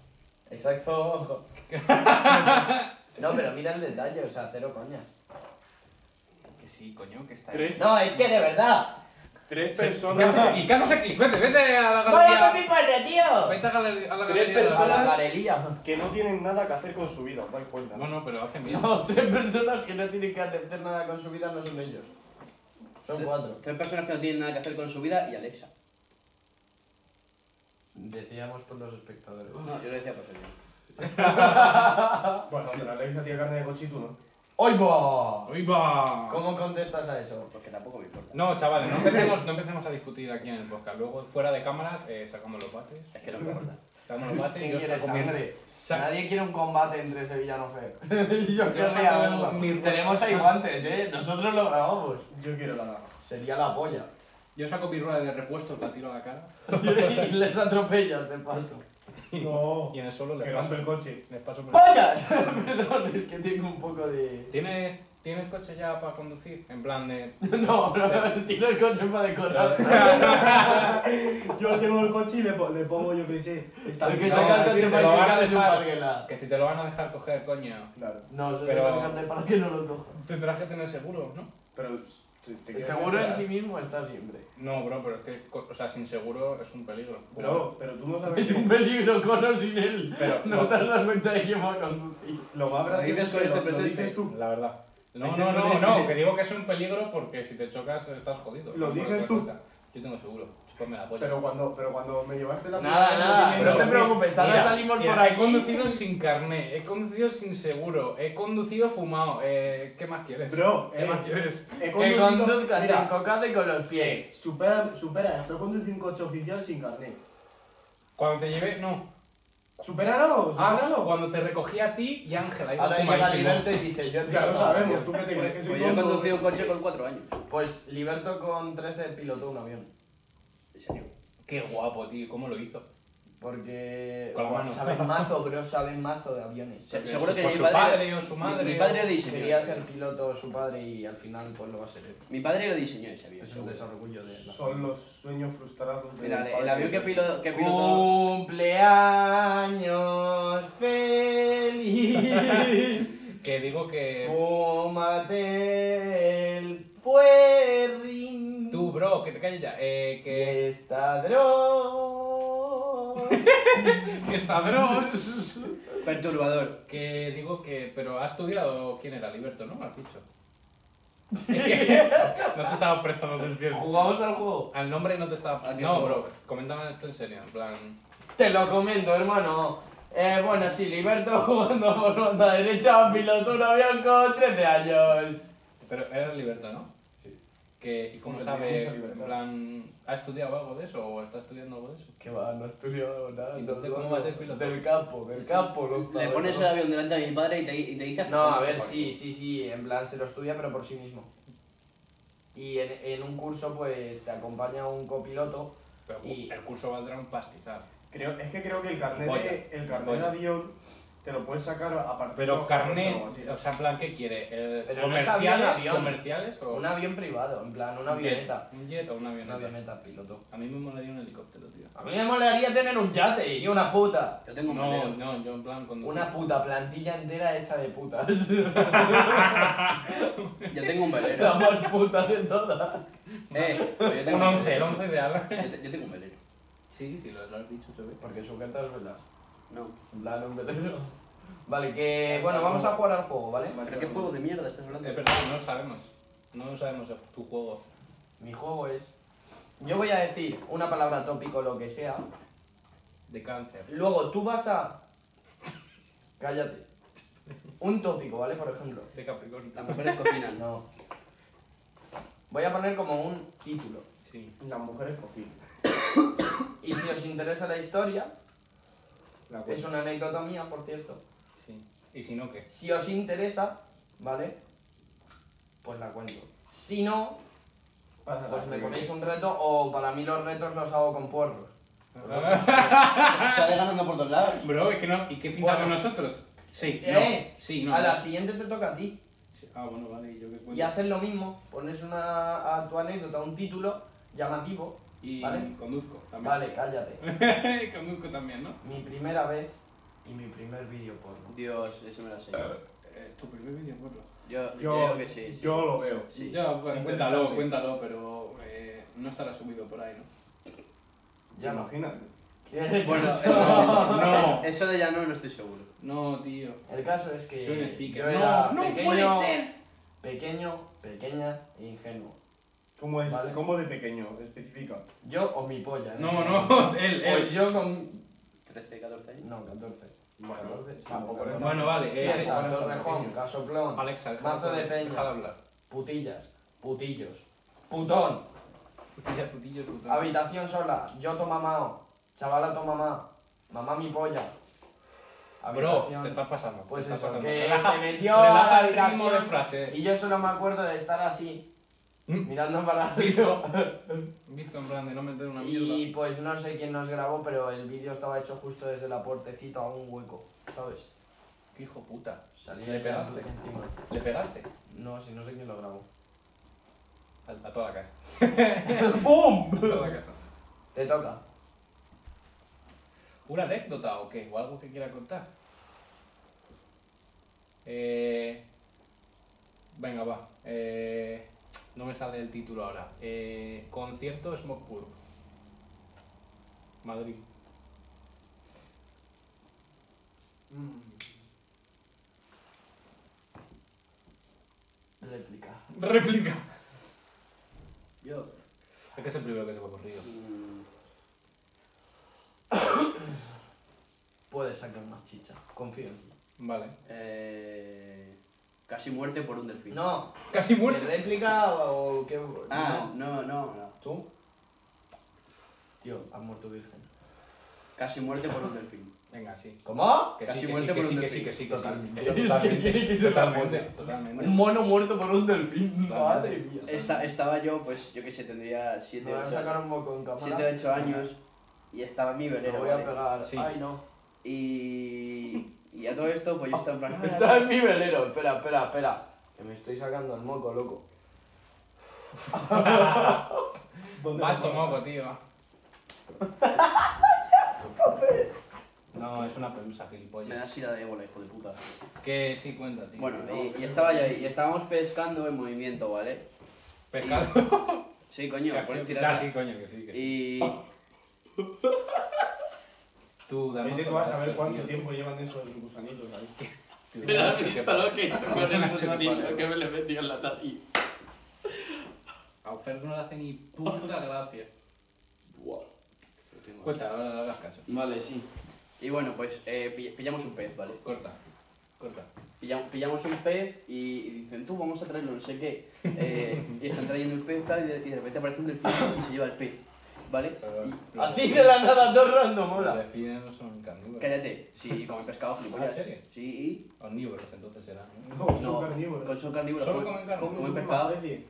Exacto. no, pero mira el detalle, o sea, cero coñas.
Que sí, coño, que está
Tres,
No, es que de verdad.
tres
¿Qué haces
personas.
aquí? ¿Qué haces aquí? Vete, vete a la
¡Voy a por
galería.
mi padre, tío!
Vete a, galer- a la
Tres
galería. de la-
A la
personas.
galería.
Que no tienen nada que hacer con su vida, os dais cuenta. ¿no?
Bueno, pero hacen bien.
No, tres personas que no tienen que hacer nada con su vida no son ellos. Son cuatro.
Tres personas que no tienen nada que hacer con su vida y Alexa.
Decíamos por los espectadores.
No, yo lo decía pues, por serio.
Bueno, pero Alexa tiene carne de cochito, ¿no?
¡Hoy va!
¡Ahí va!
¿Cómo contestas a eso?
Porque pues tampoco me importa.
No, chavales, no empecemos, no empecemos a discutir aquí en el podcast. Luego, fuera de cámaras, eh, sacamos los bates.
Es que no me importa.
Sacamos los bates y
¿Quién
yo
quiere
saco mi-
sangre?
sa-
Nadie quiere un combate entre Sevillano Feo. Yo
saco
algo.
mi-
Tenemos ahí guantes, ¿eh? Nosotros lo grabamos.
Yo quiero la dama.
Sería la polla.
Yo saco mi rueda de repuestos, la tiro a la cara
y les atropellas de paso.
No.
y en el suelo
Que
les
rompe
paso,
el coche.
les paso por-
¡Pollas! Perdón, es que tengo un poco de...
¿Tienes, ¿Tienes coche ya para conducir? En plan de...
No, no, tiro el coche para decorar.
Yo tengo el coche y le, po- le pongo, yo qué sé. esta-
El que
no,
saca el
aquí
coche
te
para
lo
van a
sacar es un
dejar.
parguela.
que si te lo van a dejar coger, coño.
Claro.
No, eso
Pero-
es para que no lo coja.
Tendrás que tener seguro, ¿no?
Pero
Te- te
El
quedas
seguro en
enterado.
sí
mismo está siempre.
No, bro, pero es que, co- o sea, sin seguro es un peligro.
Bro, pero tú no sabes.
Es
que-
un peligro con o sin él.
Pero-
no te has dado cuenta de quién va a conducir.
Lo más
Lo dices
gracioso
con
es que
este
lo- lo
presente.
dices tú.
La verdad. No,
Ahí
no,
te
no,
pones-
no, que digo que es un peligro porque si te chocas estás jodido.
Lo
No
dices
puedes
tú.
correr. Yo tengo seguro, pues me la polla.
Pero cuando, pero cuando me llevaste la
Nada, nada,
Bro,
no te
mi-
preocupes, Pues ahora
mira,
salimos
mira,
por aquí.
He conducido sin carné, he conducido sin seguro, he conducido fumado, eh, ¿qué más quieres?
Bro,
¿Qué
eh,
más quieres?
he
Que
conducido-
conduzcas
mira,
en cocas y con los pies.
eh, supera, supera esto, conduce un coche oficial sin carnet.
Cuando te llevé, no.
Supéralo,
Ah,
supéralo.
cuando te recogí a ti y Ángela, iba
Ahora llega
fumadísimo.
Liberto y dice, yo
ya lo
entiendo,
sabemos,
tío.
tú que te crees que soy
Pues yo he
tonto.
conducido un coche con 4 años.
Pues Liberto con 13 pilotó un avión.
En serio.
Qué guapo, tío, ¿cómo lo hizo?
Porque
Con la
Buah,
mano.
saben mazo, bro, saben mazo de aviones.
Se- Seguro que
por
mi
su
padre,
padre o su
mi-
madre
Mi,
o-
padre diseñó.
Quería
ese
ser
avión.
piloto su padre y al final pues lo va a ser. él.
Mi padre lo diseñó ese avión.
Es un
seguro.
desarrollo de la...
Son los sueños frustrados. de
Mira,
mi
el
padre.
avión que piloto. Que
Uh.
piloto
Cumpleaños feliz.
Que digo que...
Fúmate el puerrin.
Tú, bro, que te calles ya. Eh, que...
que está droga.
Que está bros.
perturbador.
Que digo que. Pero has estudiado quién era Liberto, ¿no? Has dicho. no te estaba prestando atención.
Jugamos al juego.
Al nombre no te estaba.
¿A qué
No,
juego?
bro. Coméntame esto en serio. En plan.
Te lo comento, hermano. Eh, bueno, sí, Liberto jugando por banda derecha, pilotó un avión con 13 años.
Pero eres Liberto, ¿no?
Sí.
Que, ¿Y cómo
Hombre,
sabe?
tenemos a Liberto.
En plan. ¿Ha estudiado algo de eso? ¿O está estudiando algo de eso?
Que va, no estudio nada.
Entonces,
no,
¿cómo
no,
va a ser piloto?
Del campo, del campo, loco.
Le pones el avión delante de mi padre y te, y te dices.
No, a ver, sí, sí, sí, en plan se lo estudia, pero por sí mismo. Y en, en un curso, pues te acompaña un copiloto.
Pero
Y-
el curso valdrá un pastizal.
Creo, es que creo que el carnet,
Goya.
de, el carnet de
Goya.
avión te lo puedes sacar a partir de
Pero
un
carnet.
o algo así.
O sea, en plan, ¿qué quiere? Eh,
Pero no es avión,
¿Comerciales?
avión.
¿Comerciales? ¿O
Un avión privado, en plan, una
un jet?
avioneta.
¿Un jet o una
Una
Oh. avioneta?
avioneta piloto.
A mí me molaría un helicóptero, tío.
A mí me molaría tener un yate y una puta.
Yo tengo un
No,
velero.
no, yo en plan cuando...
Una puta plantilla entera hecha de putas.
Yo tengo un velero.
La más puta de todas.
eh, pues yo tengo
Un 11, el
velero.
11 de ala.
Yo, te- yo tengo un velero.
Sí, sí, lo, lo has dicho, eh. te
Porque su carta es verdad.
No.
En plan, un velero. Vale, que. Bueno, vamos a jugar al juego, ¿vale?
¿Pero qué juego de mierda estás hablando?
Es verdad, Eh, no lo sabemos. No lo sabemos eh, tu juego.
Mi juego es. Yo voy a decir una palabra tópico, lo que sea.
De cáncer.
Luego tú vas a. Cállate. Un tópico, ¿vale? Por ejemplo.
De Capricornio.
Las mujeres cocinan.
No. Voy a poner como un título.
Sí.
Las mujeres cocinan.
Y si os interesa la historia,
La cuenta.
es una anécdota mía, por cierto.
Sí. ¿Y si no qué?
Si os interesa, ¿vale? Pues la cuento. Si no,
Pásala,
pues me
tío.
ponéis un reto o para mí los retos los hago con porros.
Sale ganando por dos lados.
Bro, ¿y qué, no, ¿y qué pintamos
Bueno.
nosotros? Sí,
¿Eh?
no. Sí, no.
a la siguiente te toca a ti.
Sí, Ah, bueno, vale, ¿y yo qué cuento.
Y haces lo mismo, pones una, a tu anécdota un título llamativo.
Y
Vale.
conduzco también.
Vale, cállate.
conduzco también, ¿no?
Mi primera vez y mi primer vídeo porno.
Dios, eso me lo sé.
Eh, tu primer vídeo, bueno.
Yo, yo,
Yo,
creo que sí. sí.
yo lo veo.
Sí.
Ya, bueno, cuéntalo,
Interesante.
cuéntalo, pero eh, no estará subido por ahí, ¿no?
Ya no.
Imagínate.
Bueno,
Bueno,
eso,
No.
eso de ya no lo estoy seguro.
No, tío.
el caso es que
Soy un speaker.
yo
No,
era
no
pequeño,
puede ser.
pequeño, pequeña e ingenuo.
¿Cómo, es,
Vale.
¿Cómo de pequeño? Especifica.
Yo o mi polla. en
No,
ese
no,
momento.
él,
Pues
él.
yo con...
13, 14 años.
No, 14.
Bueno,
14, sí,
tampoco
14.
Bueno, vale, eh,
Fiesta, Torrejón,
pequeño.
Casoplón,
Alexa, deja
Mazo de
hablar,
Peña,
deja de hablar.
putillas, putillos, putón,
Putillas, putillos, putillos.
habitación sola, yo to mamao, chavala to mamá, mamá mi polla.
Bro,
Habitación-
te estás pasando.
Pues
te
eso,
estás pasando.
que
Relaja-
se metió
relaja
a
el
la
ritmo de
habitación
frase. eh.
y yo solo me acuerdo de estar así,
Mm.
mirando para arriba.
Visto, visto en plan de no meter una mierda.
Y pues no sé quién nos grabó, pero el vídeo estaba hecho justo desde la puertecita a un hueco, ¿sabes?
Qué Hijo puta.
Salía
Le
ya
pegaste.
encima.
Le pegaste
No, si no sé quién lo grabó.
a, a toda la casa.
¡Bum!
A toda la casa.
Te toca.
¿Una anécdota o qué? ¿O algo que quiera contar? Eh... Venga, va. Eh... No me sale el título ahora. Eh, concierto Smoke Purp. Madrid.
Mm.
Réplica.
Réplica.
Yo.
Es que es el primero que se me ha ocurrido.
mm,
Puedes sacar más chicha. Confío en ti.
Vale.
Eh, casi muerte por un delfín.
No.
Casi
¿de
muerto.
¿Réplica o, o qué?
Ah, no,
No.
no, no.
¿Tú? Tío, has muerto virgen.
Casi muerte por un delfín.
Venga, sí.
¿Cómo?
Que
Casi
sí, que
muerte
sí, que
por
sí,
un
que sí,
delfín.
que sí, que sí.
Totalmente.
Eso
Es que tiene que
Totalmente.
ser
Totalmente.
realmente.
Totalmente.
Un mono muerto por un delfín. Madre
Totalmente.
mía.
Esta, estaba yo, pues yo que sé, tendría
Me
7
van a sacar
8
un moco en cámara.
años y estaba mi
Lo
velero.
voy a
¿vale?
pegar.
Sí.
Ay, no.
Y, y a todo esto, pues yo estaba en plan. "Ah,
Está en mi velero. Espera, espera, espera. Que me estoy sacando el moco, loco.
Basto moco, tío. No, es una pelusa,
Me
gilipollas.
das ida de bola, hijo de puta.
Que sí cuenta, tío.
Bueno, y, y estaba yo ahí, y estábamos pescando en movimiento, ¿vale?
pescado.
Sí, coño,
Ya,
por
coño,
tirar.
sí, coño, que sí. Que... sí.
Y.
Tú, Danozo,
Vete tú a saber
tío,
cuánto
tío.
tiempo llevan esos gusanitos ahí.
Tío,
Pero has
tío,
visto lo que hizo con el
Nacho,
gusanito
vale.
que me le metió en la nariz.
A Fer no le hace ni puta gracia.
Buah.
Cuenta, ahora le hagas caso.
Vale, sí.
Y bueno, pues eh, pill- pillamos un pez, ¿vale?
Corta. Corta.
Pilla- Pillamos un pez y, y dicen, tú vamos a traerlo, no sé qué. Eh, y están trayendo el pez tal, y de, y de repente aparece un delfín y se lleva el pez, ¿vale? Y-
Así de la nada, todo random,
Los
mola.
delfines no son carnívoros.
cállate, sí, comen pescado,
Ah,
gilipollas.
¿en serio?
Sí,
Omnívoros, entonces serán. ¿no?
No, pues, son
no,
carnívoros.
con- pues. son carnívoros.
Solo comen carne.
comen
Son
pescado.
más especie.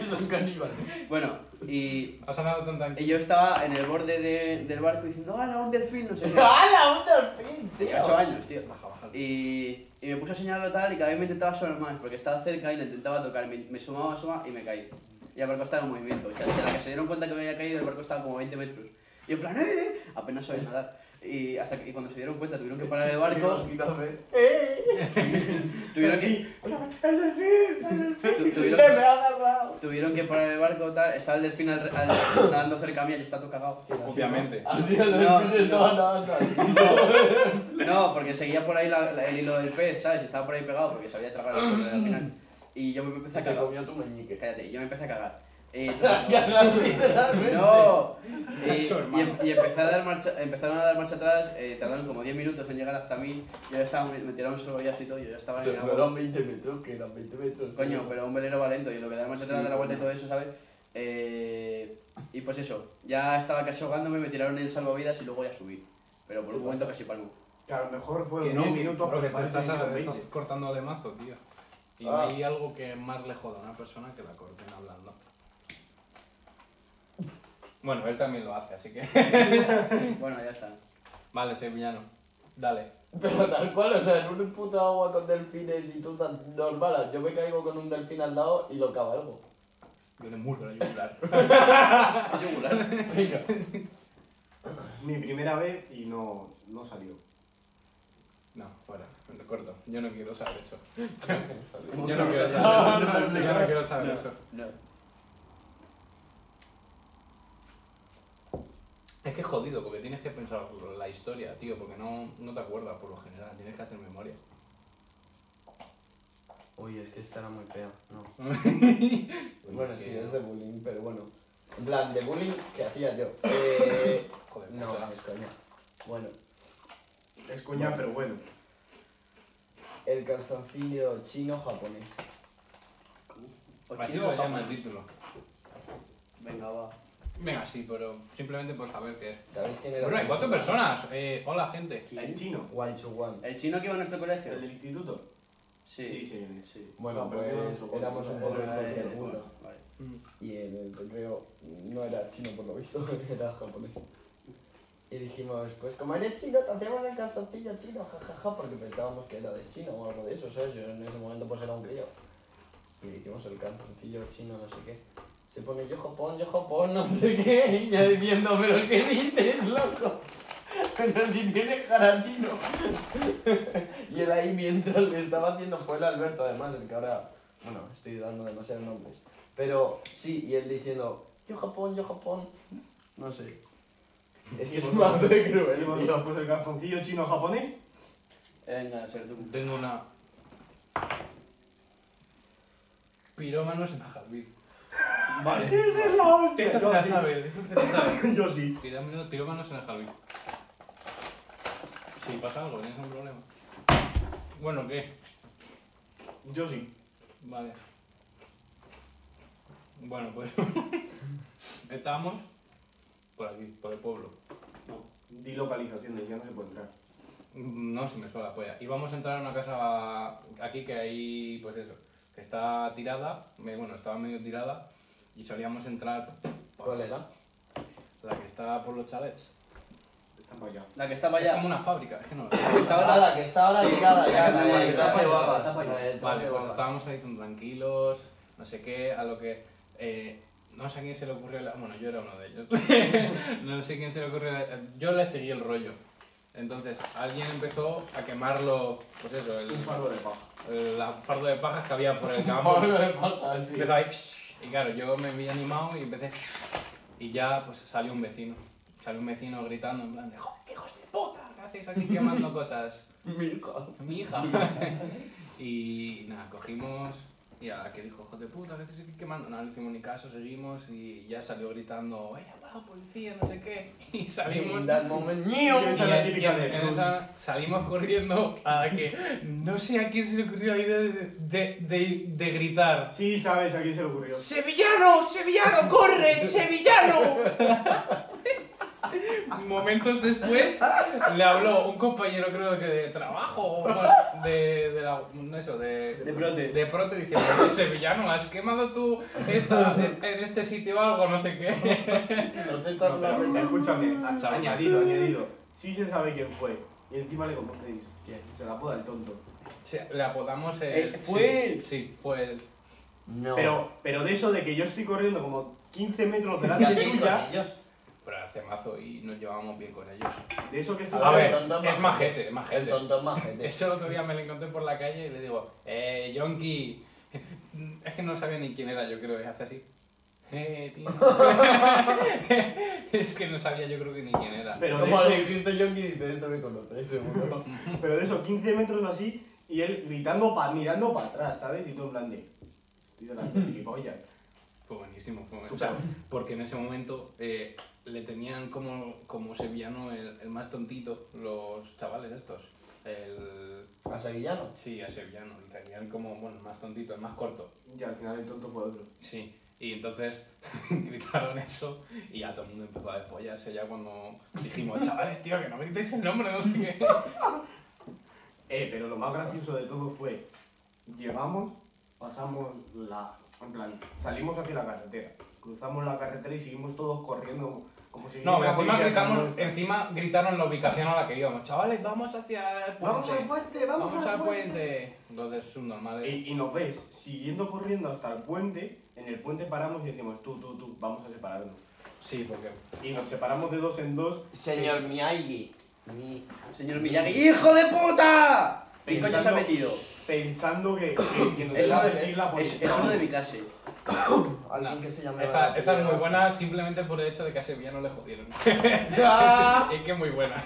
Y son caníbales.
Bueno, y,
Has hablado tan
y
tranquilo.
yo estaba en el borde de- del barco diciendo, ¡ah, un delfín! No sé qué.
¡Hala, un delfín,
Tenía 8 años, tío.
Baja, baja.
Y, y me puse a señalarlo tal y cada vez me intentaba asomar más porque estaba cerca y le intentaba tocar. Me, me sumaba, asomaba y me caí. Y el barco estaba en movimiento. Y hasta la que se dieron cuenta que me había caído, el barco estaba como 20 metros. Y en plan, ¡eh! eh", Apenas sabía nadar. Y, hasta que, y cuando se dieron cuenta tuvieron que parar el barco.
Eh,
tuvieron, que,
¡El delfín!
tu-
¡Que
tuvieron,
me ha agarrado!
tuvieron que parar el barco tal. Estaba el delfín al, al- nadando cerca mía y está todo cagado.
Obviamente.
Así el
No,
delfín estaba nadando ahí.
No, porque seguía por ahí la- la- el hilo del pez, ¿sabes? Estaba por ahí pegado porque se había tragado el al final. Y yo me empecé a
Se
cagar.
comió tu meñique.
Cállate, y yo me empecé a cagar. Eh,
Cagar, literalmente.
¡No! Eh,
Nacho,
y,
hermano.
y empecé a dar marcha, empezaron a dar marcha atrás, eh, tardaron como 10 minutos en llegar hasta mí, yo ya estaba, me, me tiraron un sorbollazo y todo, yo ya estaba en el
Pero
agua.
eran 20 metros, que eran 20 metros.
Coño, pero un velero va lento, y lo que da marcha
Sí,
atrás, da la vuelta y todo eso, ¿sabes? Eh, y pues eso, ya estaba casi ahogándome, me tiraron el salvavidas y luego ya subí. Pero por un momento casi palmo.
Que a lo mejor fueron
Que no,
10
que
minutos,
creo que
pero
te
parece
estás,
que eran
te
20.
estás cortando de mazo, tío. Y no
Ah.
hay algo que más le joda a una persona que la corten hablando. Bueno, él también lo hace, así que.
Bueno, ya está.
Vale, sevillano. Dale.
Pero tal cual, o sea, en un puto agua con delfines y tú tan normal. Yo me caigo con un delfín al lado y lo cabalgo.
Yo le muro la yugular.
Venga.
Mi primera vez y no, no salió.
No, fuera. Lo corto. Yo no quiero saber eso.
Yo
Yo no quiero
No,
saber
no,
eso. Yo no quiero saber
No,
eso.
no.
Es que es jodido, porque tienes que pensar por la historia, tío, porque no, no te acuerdas por lo general, tienes que hacer memoria.
Uy, es que esta era muy fea. No.
Bueno,
Que-
sí, es de bullying, pero bueno. En plan, de bullying que hacía yo. Eh,
Joder,
no,
macho.
es coña. Bueno,
Es coña, pero bueno.
el calzoncillo chino-japonés.
Pues
Así lo llama el título.
Venga, va.
Venga, sí, pero simplemente por saber qué es.
¿Sabéis quién era?
Bueno, hay cuatro
Guanchu Wan?
personas. Eh, hola, gente.
¿El chino?
Guanchu Wan.
¿El chino que iba a nuestro colegio?
¿El del instituto?
Sí.
Sí, sí, sí.
Bueno,
No, pero no
pues
supongo.
éramos un poco
Bueno,
mejor que
eh,
el mundo.
bueno, vale.
Y el, el reo no era chino por lo visto, era japonés. Y dijimos, pues como eres chino, te hacemos el calzoncillo chino, jajaja, porque pensábamos que era de chino o algo de eso, ¿sabes? Yo en ese momento pues era un crío. Y le hicimos el calzoncillo chino, no sé qué. Se pone yo Japón, yo Japón, no sé qué, y ya diciendo, pero ¿qué dices, loco? Pero si tiene cara chino. y él ahí mientras le estaba haciendo fue el Alberto, además, el que ahora Bueno, estoy dando demasiados nombres. Pero sí, y él diciendo, yo Japón, yo Japón. No sé. Es que es madre
Y
cruel,
bueno,
tío.
pues el calzoncillo chino-japonés.
Eh,
Venga, ser tú.
Tengo una. Pirómanos en Javid.
Vale. Esa es la hostia.
Eso se
Yo
la
sí.
sabe, eso se la sabe.
Yo sí.
Pirómanos pirómanos en Javid. Si pasa algo, tienes un problema. Bueno, ¿qué?
Yo sí.
Vale. Bueno, pues. Estábamos por aquí, por el pueblo.
No. Di localizaciones, ya no se puede entrar.
No, si me suena la polla. Y vamos a entrar a una casa aquí que hay, pues eso, que está tirada, me- bueno, estaba medio tirada, y solíamos entrar
¿Cuál era?
la que está por los chalets.
Están para allá.
La que estaba
Es como
allá.
una fábrica, es que no.
La que estaba
Ah,
allá.
la que está ahora tirada ya,
la
la del
que
traje de
está-
babas.
está-
la del traje
Vale,
de
pues
babas.
estábamos ahí tan tranquilos, no sé qué, a lo que... eh, no sé a quién se le ocurrió la... Bueno, yo era uno de ellos. no sé quién se le ocurrió la- Yo le seguí el rollo. Entonces, alguien empezó a quemarlo, pues eso, el,
Un fardo de paja.
el fardo de pajas que había por el campo.
Pablo de pajas, tío.
Empezó ahí, y claro, yo me vi animado y empecé. Y ya pues salió un vecino. Salió un vecino gritando en plan de "Jo, hijos de puta, ¿qué hacéis aquí quemando cosas?
Mi hija.
Mi hija. y nada, cogimos. Y a la que dijo, hijos de puta, ¿qué hacéis aquí quemando? No, no hicimos ni caso, seguimos y ya salió gritando, ¡Vaya, va, policía, no sé qué! Y salimos.
In that moment,
Yo
¡miau!
esa
Y
es la
en-
típica
y en-
de
en esa salimos corriendo a la que no sé a quién se le ocurrió la idea de, de, de, de gritar.
Sí, sabes a quién se le ocurrió.
¡Sevillano! ¡Sevillano! ¡Corre! ¡Sevillano! Momentos después le habló un compañero, creo que de trabajo, o bueno, de, de la. no, Eso, de.
De brote.
De prote diciendo: "Oye, Sevillano, has quemado tú esta- en en este sitio algo, no sé qué.
No te
No,
echan la
pero,
peña.
escúchame, Ah,
Chaval.
añadido, añadido. Sí se sabe quién fue. Y encima le confundéis.
¿Quién?
Se la apoda el tonto.
Sí, le apodamos el.
Eh, ¿fue
sí,
él?
Sí, fue él.
No.
Pero, pero de eso de que yo estoy corriendo como 15 metros
¿Qué
delante
hacéis con
suya,
ellos?
Pero hace mazo y nos llevábamos bien con ellos.
de eso que estoy
A ver,
tonto
es
majete.
majete, es
El
majete.
tonto es
De
majete.
hecho, el otro día me lo encontré por la calle y le digo, eh, Yonki. Es que no sabía ni quién era, yo creo, es hace así. Eh, tío. es que no sabía, yo creo que ni quién era.
Pero de,
Como le
eso,
dijiste yo que dice esto me conoce, seguro.
pero de eso, 15 metros así, y él gritando, pa, mirando para atrás, ¿sabes? Y tú en plan de... Estoy delante, gilipollas.
Fue buenísimo, fue
Tú
buenísimo. O sea, porque en ese momento eh, le tenían como, como sevillano el, el más tontito, los chavales estos. El.
¿A Sevillano?
Sí, a sevillano, le tenían como, bueno, el más tontito, el más corto.
Y al final el tonto fue otro.
Sí, y entonces gritaron eso y ya todo el mundo empezó a despollarse ya cuando dijimos, chavales, tío, que no gritéis el nombre, no sé qué.
Eh, pero lo más gracioso de todo fue... Llegamos, pasamos la... En plan, salimos hacia la carretera. Cruzamos la carretera y seguimos todos corriendo como si...
No,
hubiera
encima,
policía
gritamos,
dando-
encima gritaron la ubicación a la que íbamos, chavales, vamos hacia el puente.
¡Vamos al puente! ¡Vamos,
vamos
al puente!
Los de subnormales.
Y, y nos ves siguiendo corriendo hasta el puente, en el puente paramos y decimos, tú, tú, tú, vamos a separarnos.
Sí, porque
Y nos separamos de dos en dos.
Señor Miyagi. Mi...
Señor Miyagi, ¡hijo de puta! ¿Qué coño se ha
Pensando-
metido?
Pensando que, que, que nos
Es
iba a
uno
decir la
de, es,
policía.
es uno de mi clase.
Alguien
No,
que se llama.
esa, esa es muy buena simplemente por el hecho de que a Sevillano le jodieron. es que es muy buena.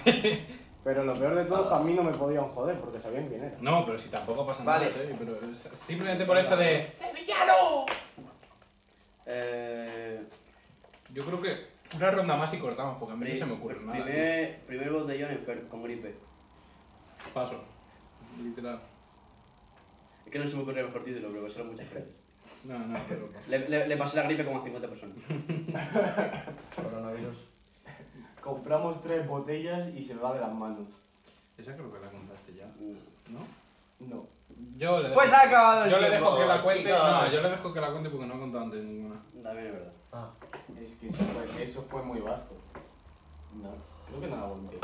Pero lo peor de todo, a mí no me podían joder porque sabían quién era.
No, pero si tampoco pasa
Vale.
nada, serio, pero es simplemente por el hecho de...
Eh,
Yo creo que una ronda más y cortamos, porque a mí no se me ocurre
pri-
nada.
Primer, primer botellón enfermo, con gripe.
Paso. Literal.
Es que no se me ocurre el mejor título, pero pasaron muchas gracias.
No, no, pero.
Le, le- le pasé la gripe como a 50 personas.
Coronavirus.
Compramos tres botellas y se me va de las manos.
Esa creo que la contaste ya,
Mm,
¿no?
No.
Yo le dejo,
Pues ha acabado el
yo le
tiempo.
dejo que la cuente.
chicos.
No, yo le dejo que la cuente porque no he contado antes ninguna.
También es verdad.
Ah.
Es que eso fue, eso fue muy vasto. No, creo que no la volví.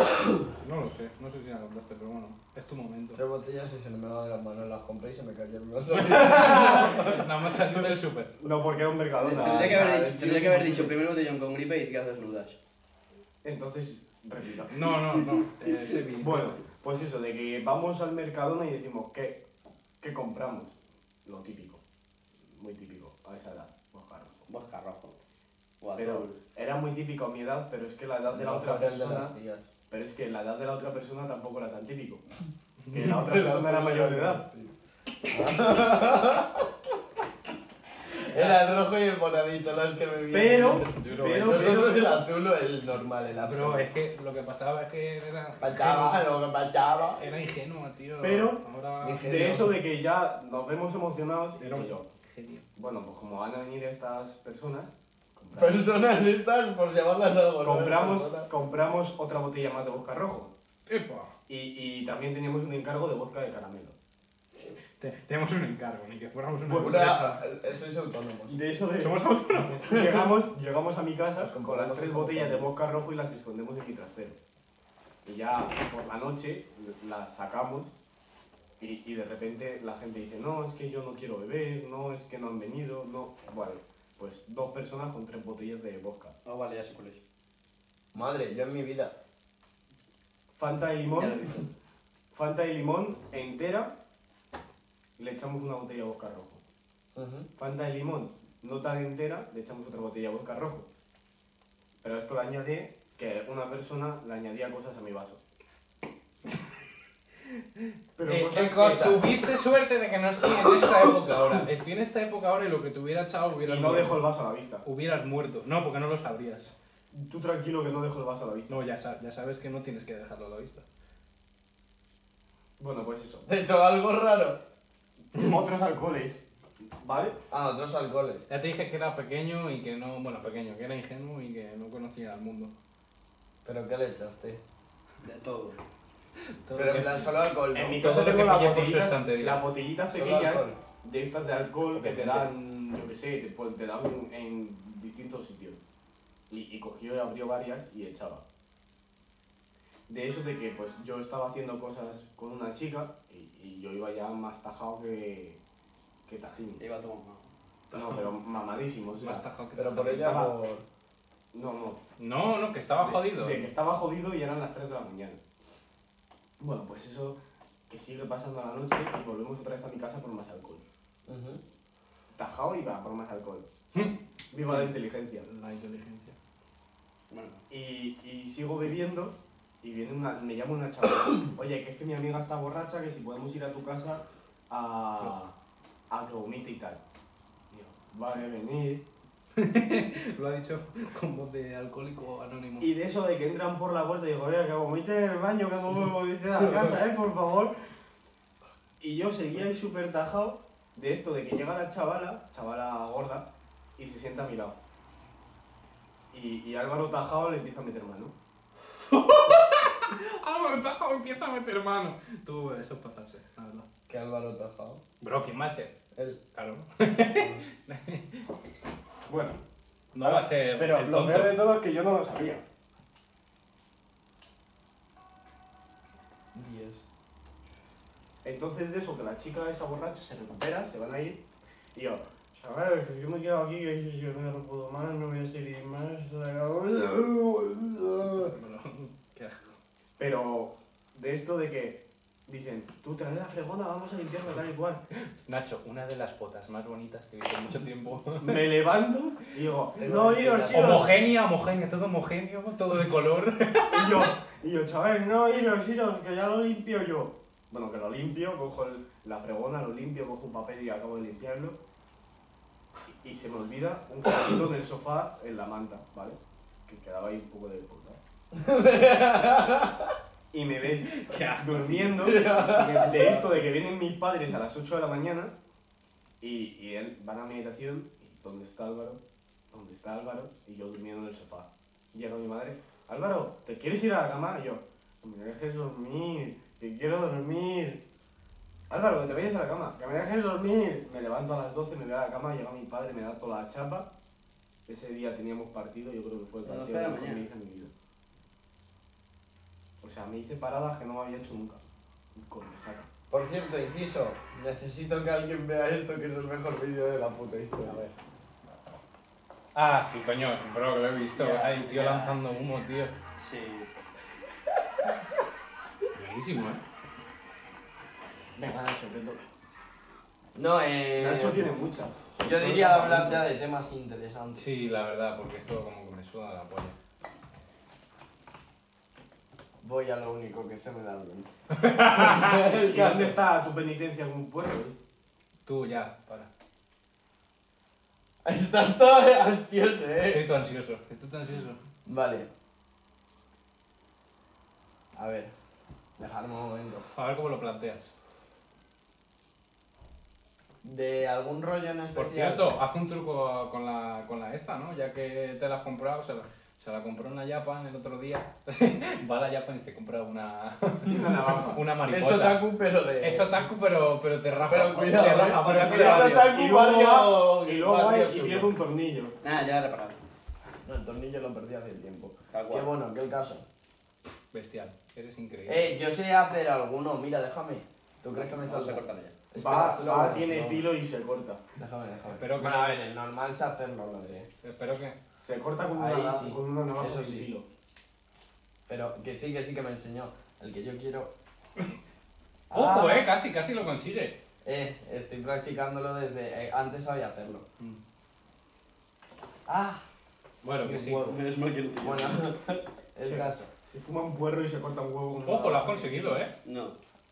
No lo sé, no sé si la contaste, pero bueno, es tu momento.
Tres botellas y se me va de las manos, las compré y se me cayeron los
Nada más salir del súper.
No, porque era un mercadona.
Tendría que haber
o sea,
dicho,
es
tendría que haber
imposible.
dicho primer botellón con gripe y haces nudas.
Entonces, repito.
No, no, no. Eh, Sevi.
Bueno, pues eso, de que vamos al Mercadona y decimos, ¿qué, qué compramos? Lo típico. típica o mi edad, pero es que la edad de la
No,
otra
fuera el de
persona.
las tías.
Pero es que la edad de la otra persona tampoco era tan típico. Que la otra persona era mayor de edad.
Ah. Era el rojo y el moradito los que me vienen.
Pero,
Duro,
pero,
esos
pero- eh,
otros el azul o el normal, el azul.
Pero es que lo que pasaba es que era.
Faltaba, lo que faltaba.
Era ingenuo, tío.
Pero-
Ahora-
Dije-
De eso de que ya nos vemos emocionados,
Era un-
y yo.
Genio.
Bueno, pues como van a venir estas personas, compramos,
Personas estas, por llamarlas algo. ¿no?
compramos,
Personas.
compramos otra botella más de vodka rojo.
¡Epa!
Y, y también teníamos un encargo de vodka de caramelo.
Te- tenemos un encargo, ni que fuéramos una
Pues
empresa.
Una, eh, sois autónomos.
De eso de...
Somos autónomos.
Llegamos, llegamos a mi casa
Nos
con las
compramos
tres
un
botellas de
montón.
vodka rojo y las escondemos en mi trastero. Y ya por la noche las sacamos y, y de repente la gente dice, no, es que yo no quiero beber, no, es que no han venido, no. Vale, pues dos personas con tres botellas de vodka.
Ah, vale, ya sé cuál es.
Madre, yo en mi vida.
Fanta y
Ya lo he
limón,
visto.
Fanta y limón entera, le echamos una botella de vodka rojo. Fanta de limón no tan entera, le echamos otra botella de vodka rojo. Pero esto le añade que una persona le añadía cosas a mi vaso. Pero
Eh,
cosas
eh,
que-
cosa, Tuviste suerte de que no estoy en esta época ahora. Estoy en esta época ahora y lo que te hubiera echado
Y
hubieras
no
muerto.
dejo el vaso a la vista.
Hubieras muerto. No, porque no lo sabrías.
Tú tranquilo que no dejo el vaso a la vista.
No, ya, sa- ya sabes que no tienes que dejarlo a la vista.
Bueno, pues eso.
¿Te he hecho algo raro?
Otros alcoholes. ¿Vale?
Ah, otros alcoholes.
Ya te dije que era pequeño y que no. Bueno, pequeño, que era ingenuo y que no conocía al mundo.
¿Pero qué le echaste?
De todo.
Todo
Pero
que-
en plan, solo alcohol. ¿no?
En mi ¿eh?
Todo
casa
lo que
tengo las
pille por su
botellitas,
estantería.
las botellitas
Solo
pequeñas
alcohol.
de estas de alcohol que te
Obviamente.
dan, yo qué sé, te, pues, te dan en- en distintos sitios. Y, y cogió y abrió varias y echaba. De eso de que pues yo estaba haciendo cosas con una chica y, y yo iba ya más tajado que, que tajín.
Iba a tomar más.
No, pero mamadísimo. o sea,
Más tajado que
Pero
tajado.
por ella
Estaba-
por...
no, no,
No, no, que estaba
de-
jodido. ¿eh?
De que estaba jodido y eran las 3 de la mañana. Bueno, pues eso que sigue pasando la noche y volvemos otra vez a mi casa por más alcohol.
Ujú.
Tajao y va por más alcohol.
Hmm.
Viva
Sí.
la inteligencia.
La inteligencia.
Bueno,
Y, y sigo bebiendo y viene una, me llama una chavala. Oye, que es que mi amiga está borracha, que si podemos ir a tu casa a, a que vomite y tal. Y yo, vale, venid.
Lo ha dicho con voz de alcohólico anónimo.
Y de eso de que entran por la puerta y digo, oye, que vomite en el baño, que no me vomite en la casa, eh, por favor. Y yo seguía ahí súper tajado de esto, de que llega la chavala, chavala gorda, y se sienta a mi lado. Y, y Álvaro tajado le empieza a meter mano.
Álvaro Tajo ¡Ah, empieza a meter mano. Tú, eso es pasarse, la verdad.
Que Álvaro Tajao.
Bro, ¿quién va a ser?
Él.
Claro.
Bueno,
No va a ser.
pero
el
lo
tonto.
peor de todo es que yo no lo sabía.
Dios.
Entonces de eso, que la chica esa borracha se recupera, se van a ir, y yo, chaval, que yo me quedo aquí, que yo- yo no lo puedo más, no voy a seguir más, se acabó.
Pero, qué asco.
Pero de esto de que dicen, tú traes la fregona, vamos a limpiarla tal y cual.
Nacho, una de las botas más bonitas que he visto en mucho tiempo.
Me levanto y digo, no, iros, iros.
homogénea, homogénea, todo homogéneo, todo de color.
Y yo, y yo, chaval, no, iros, iros, que ya lo limpio yo. Bueno, que lo limpio, cojo el- la fregona, lo limpio, cojo un papel y acabo de limpiarlo. Y, y se me olvida un cajito en el sofá, en la manta, ¿vale? Que quedaba ahí un poco de puta. Y me ves
Qué asco,
durmiendo de esto de que vienen mis padres a las 8 de la mañana y, y él van a meditación y ¿dónde está Álvaro? ¿Dónde está Álvaro? Y yo durmiendo en el sofá. Llega mi madre, Álvaro, ¿te quieres ir a la cama? Y yo, no me dejes dormir, que quiero dormir. Álvaro, que te vayas a la cama, que me dejes dormir. Me levanto a las 12, me voy a la cama, llega mi padre, me da toda la chapa. Ese día teníamos partido, yo creo que fue el
A las 12
partido
de la
mejor que me
mañana.
hice en mi vida. O sea, me hice paradas que no me había hecho nunca. Cornejada.
Por cierto, inciso. Necesito que alguien vea esto, que es el mejor vídeo de la puta historia.
Ah, sí, coño, bro, que lo he visto. Ay, tío, lanzando humo, tío.
sí.
Buenísimo, eh.
Venga, Nacho, te toca.
No, eh.
Nacho tiene muchas.
Yo diría hablar ya de temas interesantes.
Sí, la verdad, porque esto como que me suda la polla.
Voy a lo único que se me da bien.
¿Y dónde está tu penitencia como un pueblo?
Tú ya, para.
Estás todo ansioso, eh.
Estoy todo ansioso, estoy todo ansioso.
Vale. A ver. Dejarme un momento.
A ver cómo lo planteas.
De algún rollo en especial.
Por cierto, haz un truco con la, con la esta, ¿no? Ya que te la has comprado, se la, se la compró una Japan el otro día. Va a la Japan y se compra una,
Una navaja.
una
Es
mariposa.
otaku, pero de.
Es otaku, pero, pero te raja.
Pero cuidado,
te
eh,
raja,
pero
porque
cuidado,
te raja.
otaku.
Y
barrio-
luego va y, luego va
barrio
y
chulo.
pierde un tornillo.
Nada, ya lo he reparado.
No, el tornillo lo perdí hace tiempo.
Tal
Qué
cual.
bueno, qué el caso.
Bestial, eres increíble.
Eh, yo sé hacer alguno, mira, déjame. ¿Tú crees que me
Vamos a
salta?
cortarlo ya.
Espera,
Va,
solo
va,
Este hago,
tiene
solo hago.
filo y se corta.
Déjame, déjame.
Espero que
bueno,
no.
a ver, el normal es hacerlo, lo de.
Espero que.
Se corta con
Ahí
una,
sí.
con una navaja
Eso
sin
sí.
filo.
Pero que sí, que sí que me enseñó. El que yo quiero.
Ojo,
Ah,
eh, casi, casi lo consigue.
Eh, estoy practicándolo desde. eh, antes sabía hacerlo. Ah,
Bueno, que sí.
Bueno,
Menos mal que no te
bueno. El
Sí.
caso.
Se fuma un puerro y se corta un huevo con una
Ojo, lo has
navaja.
conseguido, eh.
No.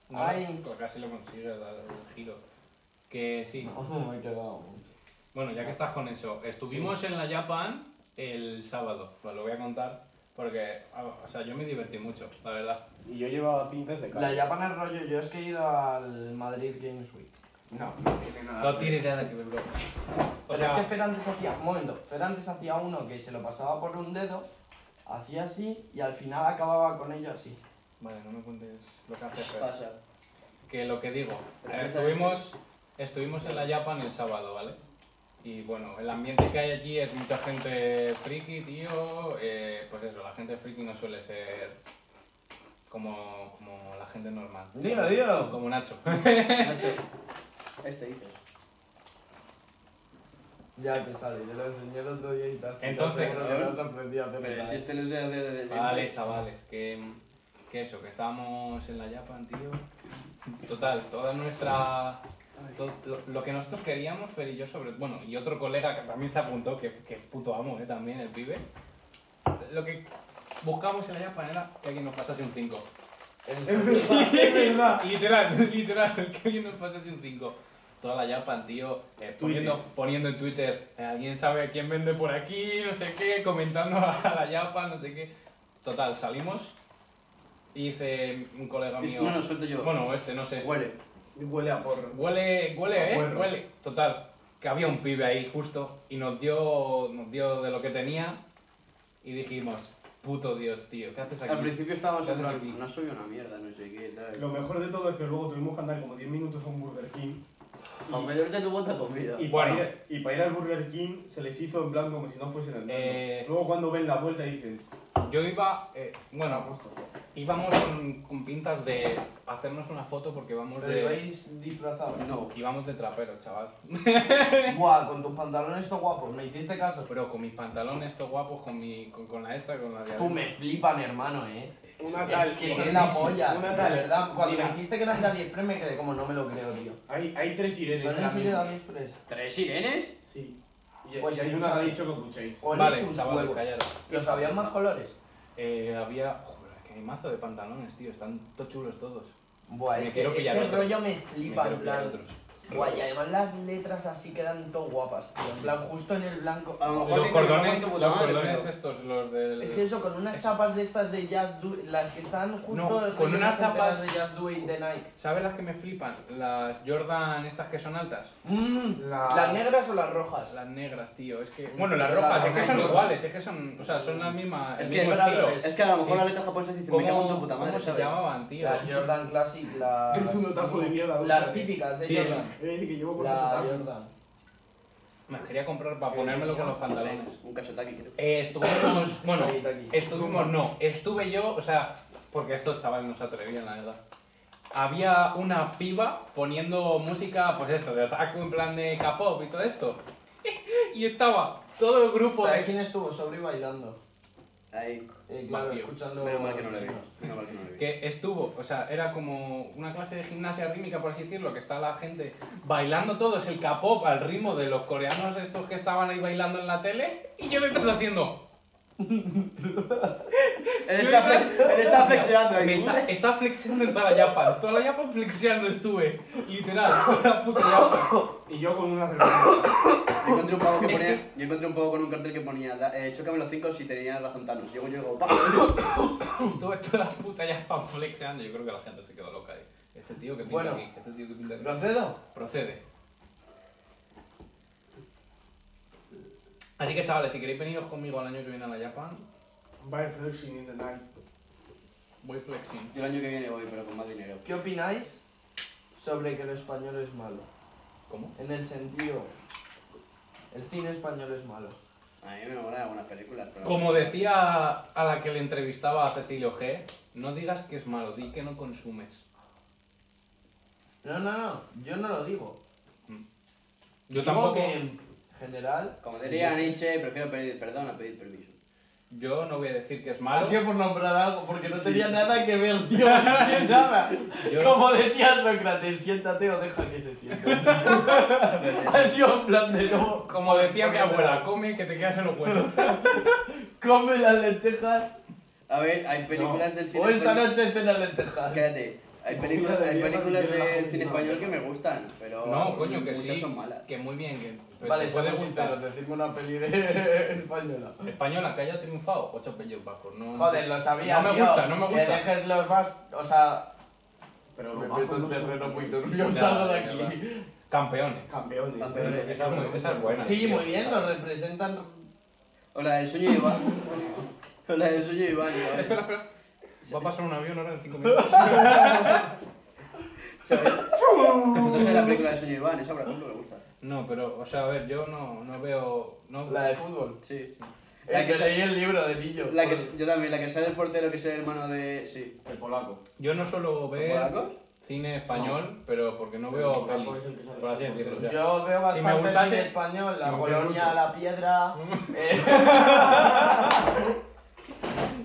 No,
Ay.
pues Casi lo consigue el, el giro. Que sí.
No, me he quedado mucho.
Bueno, ya que estás con eso, estuvimos en la Japan el sábado, os lo voy a contar, porque, ah, o sea, yo me divertí mucho, la verdad.
Y yo llevaba pintas de
La Japan es rollo, yo es que he ido al Madrid Games Week.
No, no tiene
Ah,
nada.
pues.
No tiene nada que ver, bro. O
Pero es que
sea,
Fer antes hacía, un momento, Fer antes hacía uno que se lo pasaba por un dedo, hacía así y al final acababa con ello así.
Vale, no me cuentes lo que hace Fer.
Pasa.
Que lo que digo,
Pero
eh,
¿qué sabes?
estuvimos, estuvimos en la Japan el sábado, ¿vale? Y bueno, el ambiente que hay allí es mucha gente friki, tío. eh, pues eso, la gente friki no suele ser como, como la gente normal.
Dilo, dilo.
Como Nacho.
Nacho. Este dices.
Ya que sale, yo lo enseñé el otro día y tal.
Entonces,
no sorprendí a
Pero si este lo voy a hacer desde siempre.
Vale, chavales, que, que eso, que estábamos en la Japan, tío. Total, toda nuestra. to- lo, lo que nosotros queríamos, Fer y yo, sobre. Bueno, y otro colega que también se apuntó, que, que puto amo, eh, también, el pibe. Lo que buscamos en la Japan era que alguien nos pasase un 5.
Es verdad, es verdad.
Literal, literal, que alguien nos pasase un 5. Toda la Japan, tío, eh, poniendo, poniendo en Twitter, eh, alguien sabe quién vende por aquí, no sé qué, comentando a la Japan, no sé qué. Total, salimos y dice un colega
Es-
mío.
No, no, suelto yo.
Bueno, este, no sé.
Huele.
Huele a porro.
Huele, huele,
A
eh,
puerro.
huele. Total, que había un pibe ahí justo y nos dio, nos dio de lo que tenía y dijimos, puto Dios, tío, ¿qué haces aquí?
Pues Al principio estábamos
Ya
en
no
plan,
sé qué.
no soy una mierda, no sé qué, tal.
Lo mejor de todo es que luego tuvimos que andar como 10 minutos a un Burger King.
Aunque ahorita tu bota comida.
Y,
Bueno.
para ir, y para ir al Burger King se les hizo en plan como si no fuesen andando.
Eh.
Luego cuando ven la vuelta dicen,
Yo iba, eh, bueno,
vamos todos".
Íbamos con, con pintas de hacernos una foto porque íbamos
Pero
de,
ibais disfrazados.
No.
íbamos de trapero, chaval.
Buah, con tus pantalones estos guapos, me hiciste caso.
Pero con mis pantalones estos guapos, con, mi, con, con la esta, con la de
Tú me flipan, hermano, eh.
Una tal.
Es que
con-
soy la polla.
Una
De
tal.
verdad, cuando me
Mira.
dijiste que eran de AliExpress me quedé como, no me lo creo, tío.
Hay, hay tres irenes.
¿Son en
ahora
serio de
mismo.
AliExpress?
¿Tres sirenes?
Sí. Y,
Pues
y hay
sí,
una que ha
sabe.
dicho que escuchéis.
¿O en
Vale,
tus
chaval,
huevos?
callaros.
¿Los habían más colores?
Eh, había... Joder, es que hay mazo de pantalones, tío. Están todos chulos todos.
Buah,
Me
es que
quiero pillar
ese
otros.
rollo me
Me
flipa,
quiero
en
pillar
plan.
otros.
Guay, y además las letras así quedan todo guapas, tío. En plan, justo en el blanco.
A lo mejor
Los
dicen que no
cordones,
aguanto
los
puta madre,
cordones
pero-
estos, los del...
Es que eso, con unas tapas de estas de Just Do las que están justo
No, con
rellenas
unas
enteras
tapas-
de Just Do It de Nike.
¿Sabes las que me flipan? Las Jordan estas que son altas.
Mm,
Las-
¿Las negras o las rojas?
Las negras, tío, es que... Bueno, las
Pero la
rojas, es
roja
que son
no.
iguales, es que son... O sea, son la misma...
Es
el
que,
mismo estilo.
es que a lo mejor
Sí.
la letra japonesa dice, me cago en tu
¿Cómo,
puta madre,
¿cómo se
¿sabes?
llamaban, tío?
Las Jordan Classic, las.
Es un otaku de mierda,
Las
o sea,
típicas de
sí,
Jordan.
Eh, que llevo por
La
eso tanto.
Jordan.
Me las quería comprar
Eh,
para ponérmelo con los pantalones.
Un cachotaki, creo.
Eh, estuvimos, bueno,
Taquita aquí.
estuvimos, no, estuve yo, o sea, porque estos chavales no se atrevían, la verdad. Había una piba poniendo música, pues esto, de otaku en plan de K-pop y todo esto. Y estaba todo el grupo
¿Sabes
de...
quién estuvo sobre y bailando?
Eh, Ahí.
Eh, claro,
Vacío.
escuchando.
Menos mal que no le vi.
asesinos.
Menos mal que no le vi.
que estuvo, o sea, era como una clase de gimnasia rítmica, por así decirlo, que está la gente bailando todos el K-pop al ritmo de los coreanos estos que estaban ahí bailando en la tele, y yo detrás haciendo.
Él está, flex- él está flexionando
Me
ahí.
está, está flexionando en toda la yapa, toda la yapa flexionando estuve, literal, toda la puta yapa.
Y yo con una cerveza.
Yo encontré un pavo que ponía, yo encontré un pavo con un cartel que ponía, da- eh, chócame los cinco si tenías razón Thanos. Llego yo y digo, ¡pam!
Estuve toda la puta yapa flexionando, yo creo que la gente se quedó loca ahí. Este tío que pinta
Bueno.
aquí, este tío que pinta aquí.
¿Procedo?
Procede. Así que chavales, si queréis veniros conmigo al año que viene a la Japan,
By flexing in the night.
voy flexing.
Yo el año que viene voy, pero con más dinero.
¿Qué opináis sobre que lo español es malo?
¿Cómo?
En el sentido. El cine español es malo.
A mí me molan algunas películas, pero...
Como decía a la que le entrevistaba a Cecilio G, no digas que es malo, di que no consumes.
No, no, no. Yo no lo digo.
Yo
Digo
tampoco.
que en general.
Como
sí.
diría Nietzsche, prefiero pedir perdón a pedir permiso.
Yo no voy a decir que es
Ha
malo.
sido por nombrar algo, porque no tenía nada que ver, tío. no tenía nada. Como decía Sócrates, siéntate o deja que se sienta. ha sido en plan de no.
Como decía mi abuela, come que te quedas en los huesos.
Come las lentejas.
A ver, hay películas del cine
O esta
español-
noche cena lentejas.
Cállate. Hay películas,
Comida de
hay
mierda
películas
que viene la
de
comida.
cine español que me gustan, pero
No, coño, que
muchas
sí.
son malas.
Que muy bien, que
Vale,
te puede
seamos sinceros,
gustar.
decirme una peli de española.
Española, que haya triunfado, ocho apellidos vascos. No,
Joder, lo sabía,
No me
tío.
gusta, no me gusta.
Que dejes los vas... O sea...
Pero
Me
los
meto
vascos
en
no
terreno
son
muy turbio,
Ya,
salgo de
ya
aquí.
Campeones.
campeones.
Campeones.
Esa es muy- esa es buena.
Sí,
tío.
muy bien, lo representan...
Hola, del sueño de Iván. Hola, del sueño de Iván. ¿no?
Espera, espera. Va a pasar un avión ahora en cinco minutos.
¿Sabes? Vosotros sabéis la película del sueño de Iván, esa por ejemplo me gusta.
No, pero, o sea, a ver, yo no, no veo. No,
La de fútbol.
Sí. La
La
que,
que
sale-
leí el libro de niño.
la que yo también, la que sale el portero que es el hermano de. Sí.
El polaco.
Yo no suelo ver
¿Polacos?
cine español, pero porque no
Pero
veo
el polaco
pelis.
es el que sale
Por así
con
decirlo,
otro.
ya.
Yo veo
Si me
bastante
gustase-
cine español,
si
la
me
colonia,
gustase.
la piedra... eh,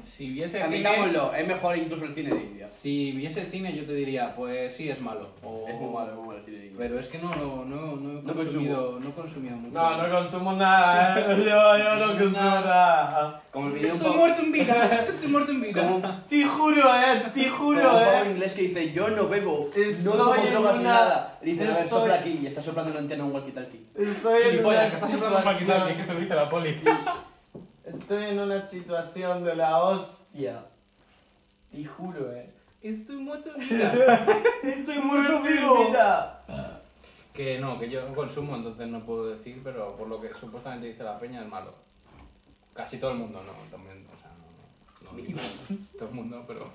Si viese Eh, cine.
Admitámoslo, es mejor incluso el cine de India.
Si viese cine, yo te diría, pues sí, es malo. O-
Es muy malo, es muy malo el cine de India.
Pero es que no, no, no, no he
No
consumido, no he consumido mucho.
no, no consumo nada, eh. Yo, yo no consumo nada.
Como el video un
Estoy
poco.
muerto en vida, estoy muerto en
Como,
vida.
un-
Te juro, eh, te
como
juro,
un pavo
eh.
inglés que dice: Yo no bebo.
Estoy
No tomo
en
drogas ni
una-
nada. Le dicen: A ver,
estoy-
sopla aquí. Y está soplando una antena un walkie-talkie.
Estoy en
Gilipollas,
una
que estás hablando para quitar bien, que se
situación...
lo dice la poli.
Estoy en una situación de la hostia. Te juro, eh.
Estoy muerto en vida.
Estoy
muerto vivo.
Mira.
Que no, que yo no consumo, entonces no puedo decir, pero por lo que supuestamente dice la peña es malo. Casi todo el mundo no, también, o sea, no, no, no digo todo el mundo, pero...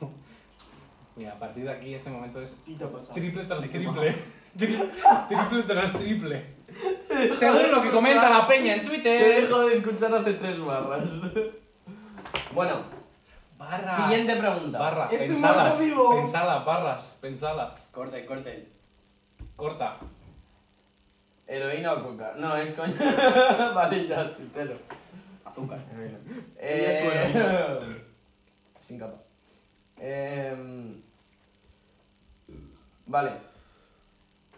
Mira, a partir de aquí este momento es
¿Qué te ha pasado?
triple tras triple, tri- triple tras triple. Según lo que comenta la peña en
Te
Twitter.
dejo de escuchar hace tres barras. Bueno,
Barras.
siguiente pregunta.
Barra,
Estoy
pensadas,
muerto vivo.
pensadas, barras, pensadas.
Corten, corten.
Corta.
¿Heroína o coca? No, es coño. vale, ya, sincero.
Azúcar.
Eh, Sin capa. Em, Vale.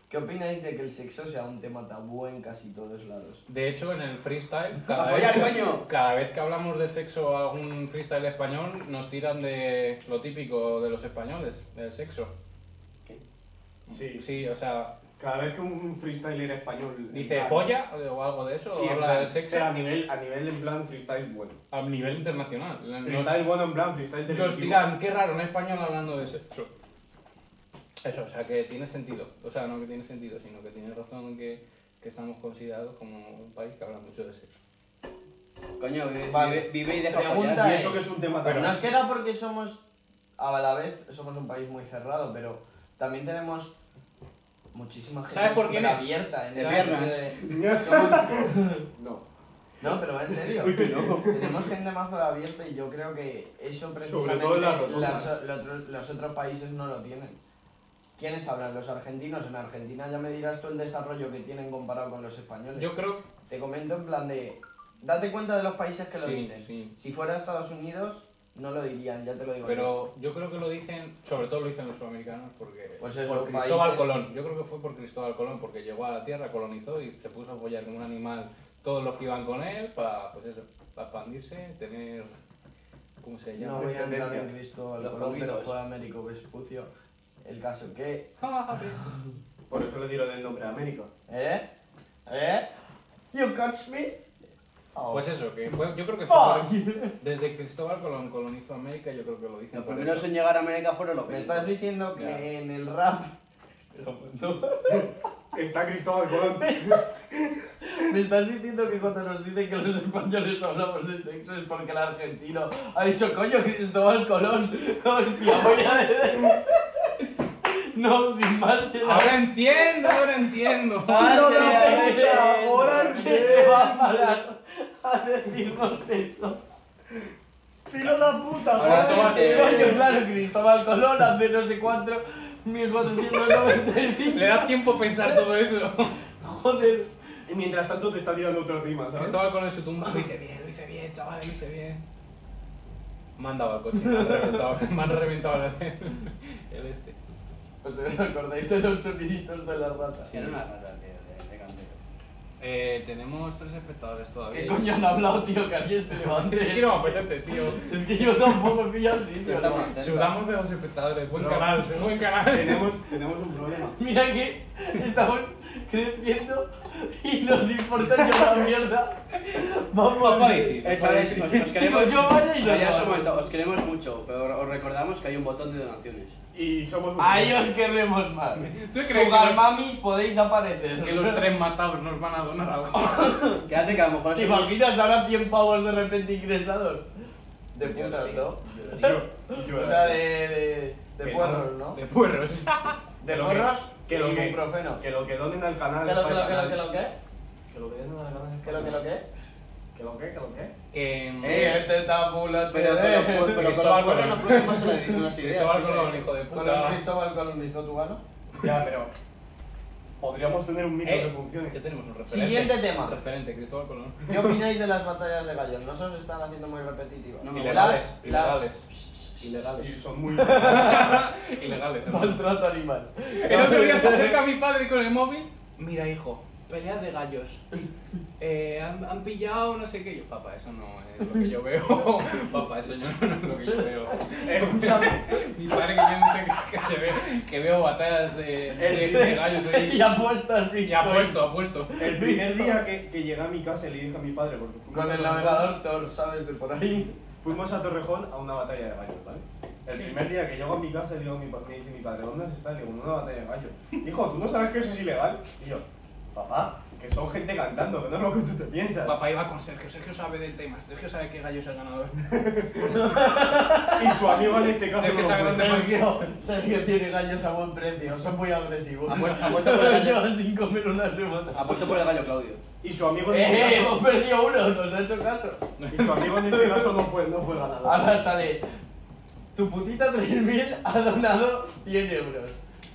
¿Qué opináis de que el sexo sea un tema tabú en casi todos lados?
De hecho, en el freestyle,
¡A
cada
follar,
vez,
coño!
Cada vez que hablamos de sexo a algún freestyle español, nos tiran de lo típico de los españoles, del sexo.
Sí.
Sí, o sea,
Cada vez que un freestyler español.
dice
en plan-
polla o algo de eso,
Sí,
o
en
habla
plan,
del sexo
Pero a nivel, a nivel en plan freestyle bueno.
a nivel internacional. Nos,
Freestyle bueno en plan freestyle
nos
televisivo.
tiran, qué raro, un español hablando de sexo. Eso, o sea, que tiene sentido. O sea, no que tiene sentido, sino que tiene razón que, que estamos considerados como un país que habla mucho de sexo.
Coño, vive,
Vale.
vive- vive y deja
Pregunta eh.
follar.
Y eso que es un tema
Pero
tan
no será porque somos, a la vez, somos un país muy cerrado, pero también tenemos muchísima gente
¿Sabes por quién es?
abierta en
De
el sentido
piernas.
de-
No.
No, pero va en serio. Tenemos gente más abierta y yo creo que eso precisamente
todo en las rotondas.
las o- los otros- los otros países no lo tienen. ¿Quiénes hablan? Los argentinos. En Argentina ya me dirás tú el desarrollo que tienen comparado con los españoles.
Yo creo
Te comento en plan de... Date cuenta de los países que lo
Sí,
dicen.
sí.
Si fuera Estados Unidos, no lo dirían, ya te lo digo. yo.
Pero yo creo que lo dicen, sobre todo lo dicen los sudamericanos, porque
Pues eso,
por Cristóbal
países-
Colón. Yo creo que fue por Cristóbal Colón, porque llegó a la Tierra, colonizó y se puso a follar como un animal todos los que iban con él para pues eso, para expandirse, tener. ¿Cómo se llama?
no voy a entrar en
descendencia.
Cristóbal
Los
Colón, pero
convidados.
fue Américo Vespucio. El caso que.
Por eso le dieron el nombre a América.
¿Eh? ¿Eh? You catch me? Oh.
Pues eso, que fue, yo creo que fue
Fuck.
por- desde Cristóbal Colón colonizó América, yo creo que lo dicen
Los
por
primeros
eso.
en llegar a América fueron los
Me estás diciendo que en el rap.
Está Cristóbal Colón.
Me estás diciendo que cuando nos dicen que los españoles hablamos de sexo es porque el argentino ha dicho, coño, Cristóbal Colón. Hostia, voy a ver. No, sin más. se la-
Ahora entiendo, ahora entiendo.
No, no,
Ahora
pero
bien,
ahora que se va a parar a decirnos eso. Filo la puta,
Ahora
madre.
somos de-
Coño, claro, Cristóbal Colón hace no sé cuánto, 1495.
Le da tiempo a pensar todo eso.
Joder.
Y mientras tanto te está tirando otras rimas, ¿sabes?
Cristóbal Colón en su tumba. Lo hice bien, lo hice bien, chaval, lo hice bien. Me han dado al coche, me han reventado, me han reventado el, el este.
¿Os Pues, acordáis de los soniditos de la rata?
Era una rata, tío, de, de cantero.
Eh, tenemos tres espectadores todavía.
¿Qué coño han hablado, tío? Que alguien se levante.
Es que no me apetece, tío.
Es que yo tampoco he pillado el sitio.
Pero
¿no?
estamos-
Sudamos de los espectadores. Buen
No.
canal, buen canal.
Tenemos, tenemos un problema.
Mira que estamos creciendo y nos importa que la mierda. Vamos a
Papá
ver.
Isidro.
Échale, eh, chicos, os queremos.
Chicos, yo vaya y
No, ya
salgo.
os comento, os queremos mucho, pero os recordamos que hay un botón de donaciones.
Y somos un
Ahí os queremos más.
crees que
Sugar
los-
mamis podéis aparecer.
Que los tres matados nos van a donar algo.
Quédate que a lo mejor
¿Te
somos-
imaginas ahora 100 pavos de repente ingresados? De putas, ¿no?
Yo- yo-
O sea, de, de, de
Que no.
puerros, ¿no?
De puerros.
De
que lo
puerros
que- que lo
y
que-
ibuprofenos.
Que lo que donen al canal.
¿Qué lo que
para
lo
el
que lo que lo
canal.
que?
Que lo que donen al canal.
¿Qué lo que lo que?
Que lo que, que lo que.
Que.
Eh,
este tabula
Pero, pero, pero, pero con los
Cristóbal
cuernos
Colón.
no fluyen más las las ideas.
Cristóbal Colón, hijo de
Con el
puta.
Cristóbal Colón hizo tu mano.
Ya, pero. Podríamos tener un micro que
Eh, ya
funcione.
tenemos un referente.
Siguiente tema.
Referente, Cristóbal Colón.
¿Qué opináis de las batallas de gallos? No se os están haciendo muy repetitivas.
No me
Ilegales.
las, las
Ilegales.
Y
Ilegales.
son muy.
Ilegales. hermano.
maltrato animal.
El otro día se acerca mi padre con el móvil. Mira, hijo, peleas de gallos. Eh, han, han pillado no sé qué. Yo, papá, eso no es lo que yo veo. papá, eso yo no es lo que yo veo. Escúchame. mi padre que yo no sé qué- que se ve, que veo batallas de, de, de gallos.
y
ahí.
apuestas,
Y apuesto, apuesto.
El primer día que, que llegué a mi casa y le dije a mi padre, porque fuimos
Con
a
el
Torrejón-
navegador Tor, ¿sabes? De por ahí.
Fuimos a Torrejón a una batalla de gallos, ¿vale? El primer día que llego a mi casa le digo a mi, pa- me dice mi padre, ¿dónde has estado? Le digo, en una batalla de gallos. Hijo, ¿tú no sabes que eso es ilegal? Y yo, papá, que son gente cantando, que no es lo que tú te piensas.
Papá iba con Sergio. Sergio sabe del tema. Sergio sabe qué gallos es el ganador.
Y su amigo en este caso
Sé que
no lo
sabe
fue.
dónde-
Sergio, Sergio tiene gallos a buen precio, son muy agresivos.
Apuesta- apuesta por el gallo.
Llevan sin comer una semana.
Apuesto por el gallo, Claudio.
Y su amigo en
¡Eh!
este
eh, Hemos
caso.
perdido uno, nos ha hecho caso.
Y su amigo en este caso no fue, no fue el ganador.
Ahora sale. Tu putita 3000 ha donado 100 euros.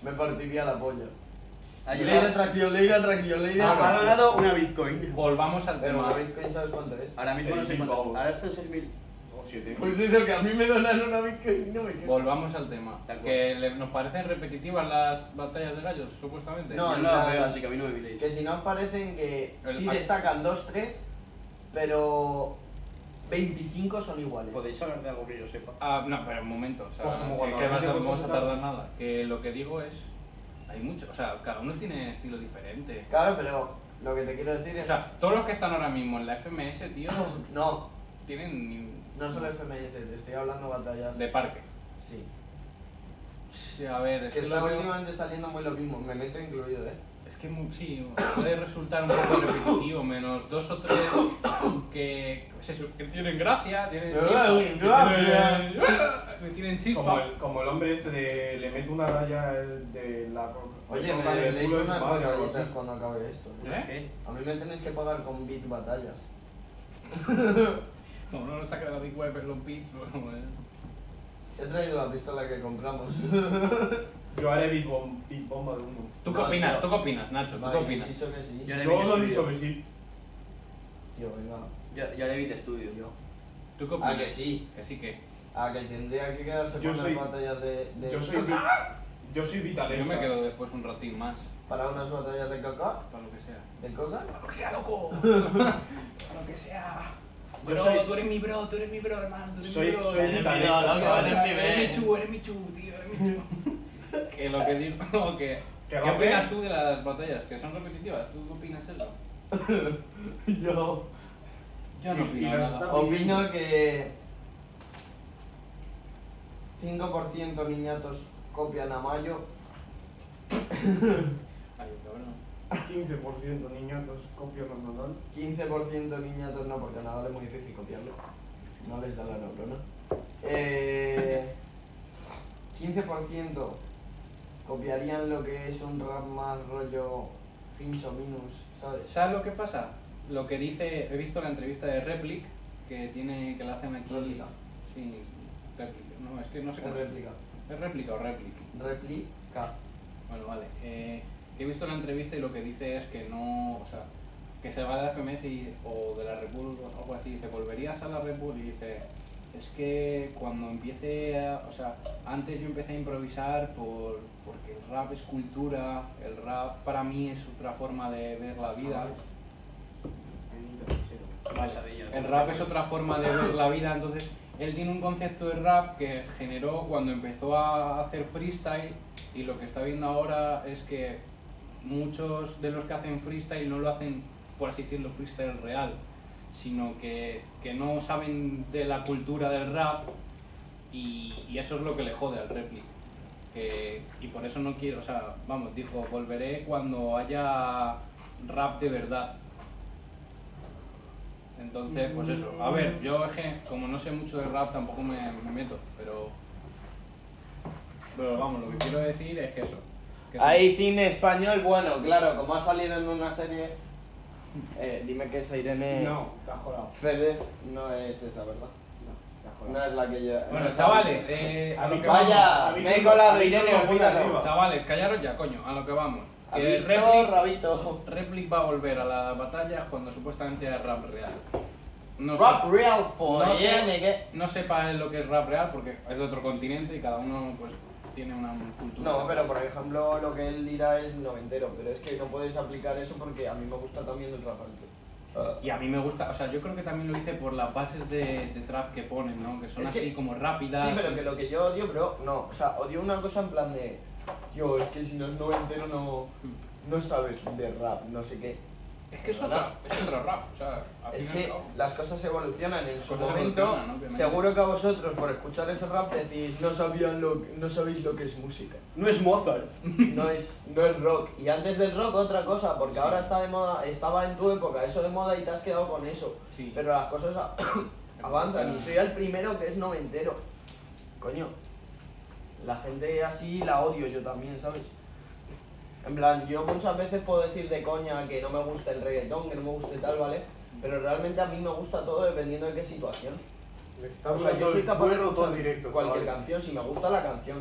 Me partiría la polla.
Ha
Ley de
llegado-
atracción, ley de atracción, ley de
Ha ha
atracción.
donado una Bitcoin.
Volvamos al
Pero
tema.
la Bitcoin, ¿sabes cuánto es?
Ahora mismo no sé
Seis mil
cuánto.
pavos.
Ahora esto es 6.000.
O siete.
Pues eso, que a mí me donan una Bitcoin y no me quedo.
Volvamos al tema.
Tal cual.
Que le- nos parecen repetitivas las batallas de gallos, supuestamente.
No,
Yo no la veo, así que a mí no me miréis.
Que si no os parecen que
El
sí
pack.
destacan 2-3, pero 25 son iguales.
Podéis hablar de algo que yo sepa.
Ah, no, pero un momento. O sea,
Pues como
que-
cuando
que vas a-
hacemos
vamos a
resultados.
tardar nada. Que lo que digo es. Hay mucho. O sea, cada uno tiene estilo diferente.
Claro, pero lo que te quiero decir
O
es.
sea, todos los que están ahora mismo en la FMS, tío,
No,
tienen ni-
no solo FMS, te estoy hablando batallas.
de parque.
Sí.
Sí, a ver, es
Que
que,
está
lo veo-
últimamente saliendo muy lo mismo, me meto incluido, eh.
Es que mu- sí, puede resultar un poco repetitivo, menos dos o tres que, se su- que tienen gracia, tienen chispa, que tienen, que tienen chispa.
Como el, como el hombre este de le meto una raya de la
Oye,
roca
me
del
leéis
culo de tu
unas
madre, algo
batallitas
así.
cuando acabe esto. ¿no?
¿Eh?
¿Qué?
A mí me tenéis que pagar con bit batallas.
Como no lo saca de la Big Web, es lo pitch, bueno, bueno.
eh.
He traído la pistola que compramos.
Yo haré bit bom- bit bomba de humo.
¿Tú qué
No,
opinas?
no.
¿Tú qué opinas, Nacho? ¿Tú qué
Vale,
opinas?
he dicho que sí.
Yo le
Yo
meto
no he
un
dicho
vídeo.
que sí.
Yo, venga.
Ya, ya le vi de estudio.
Yo.
¿Tú qué
Ah,
opinas?
que sí.
Que sí que.
Ah, que tendría que quedarse
Yo
con
soy-
las batallas de, de-
Yo soy, vi- yo soy
Yo
vitalesa.
me quedo después un ratín más,
Para unas batallas de caca.
para lo que sea.
¿De coca?
Lo que sea, loco. Lo que sea.
Yo
Bro,
soy-
tú eres mi bro, tú eres mi bro, hermano. Tú eres
Soy-
mi bro.
soy
eres mi
vitalista,
bro,
loco,
loco,
eres mi
Eres
bro.
mi chu, eres mi chu, tío, eres mi chu.
Que lo que digo, que.
Que
¿Qué
va
opinas
bien.
tú de las batallas? ¿Que son repetitivas? ¿Tú qué opinas eso?
Yo.
Yo no
Y- y
opino
las
nada.
Opino que. 5% niñatos copian a Mayo.
Ay, cabrón.
15% niñatos copian a Nadal.
15% niñatos no, porque a Nadal es muy difícil copiarlo. No les da la neurona. Eh, 15% copiarían lo que es un rap más rollo pincho minus, ¿sabes?
¿Sabes lo que pasa? Lo que dice, he visto la entrevista de Replic que tiene, que la hacen aquí.
Réplica.
Sí, réplica. No, es que no sé
Es
cómo es.
réplica.
¿Es réplica o réplica?
Replica.
Bueno, vale. Eh, he visto la entrevista y lo que dice es que no, o sea, que se va de la FMS y- o de la Red Bull o algo así, dice, volverías a la Red Bull y dice, es que cuando empiece, a- o sea, antes yo empecé a improvisar por, porque el rap es cultura, el rap para mí es otra forma de ver la vida. El rap es otra forma de ver la vida, entonces él tiene un concepto de rap que generó cuando empezó a hacer freestyle y lo que está viendo ahora es que muchos de los que hacen freestyle no lo hacen, por así decirlo, freestyle real, sino que, que no saben de la cultura del rap y, y eso es lo que le jode al réplica. Que- y por eso no quiero, o sea, vamos, dijo, volveré cuando haya rap de verdad. Entonces, pues eso. A ver, yo es que como no sé mucho de rap tampoco me, me meto, pero... Pero vamos, lo que quiero decir es que eso. que
Hay cine español, bueno, claro, como ha salido en una serie. eh, dime que esa Irene.
No, te has colado.
Fedez no es esa, ¿verdad?
No, te has
No
colado.
es la que yo.
Bueno, chavales, eh, a lo que vamos-
Vaya,
Habito-
me he colado,
habito
Irene,
la buena
olvídalo.
arriba.
Chavales, callaros ya, coño, a lo que vamos.
¿Has
Que
visto,
Replic-
Rabito?
Replic va a volver a la batalla cuando supuestamente es rap real. No
Rap
sé-
real for
No
yeah,
sé.
nigga.
No sepa él lo que es rap real porque es de otro continente y cada uno pues tiene una cultura.
No, pero por ejemplo lo que él dirá es noventero, pero es que no puedes aplicar eso porque a mí me gusta también el rap antiguo.
Y a mí me gusta, o sea, yo creo que también lo hice por las bases de, de trap que ponen, ¿no? Que son
Es que-
así como rápidas.
Sí, pero que lo que yo odio, bro, no. O sea, odio una cosa en plan de. Yo, es que si no es noventero no. No sabes de rap, no sé qué.
Es que es otra, es otro rap, o sea, al
Es
fin y al
que
cabo.
las cosas evolucionan en su
cosas
momento.
evolucionan, obviamente.
Seguro que a vosotros, por escuchar ese rap, decís, no, sabían lo, no sabéis lo que es música.
No es Mozart.
No es, no es rock. Y antes del rock, otra cosa, porque ahora está de moda, estaba en tu época eso de moda y te has quedado con eso.
Sí.
Pero las cosas a- avanzan. Y soy el primero que es noventero. Coño. La gente así la odio yo también, ¿sabes? En plan, yo muchas veces puedo decir de coña que no me gusta el reggaetón, que no me guste tal, ¿vale? Pero realmente a mí me gusta todo dependiendo de qué situación.
Le está
O sea, yo soy capaz de
roto
escuchar
directo.
cualquier
chaval.
canción, si me gusta la canción.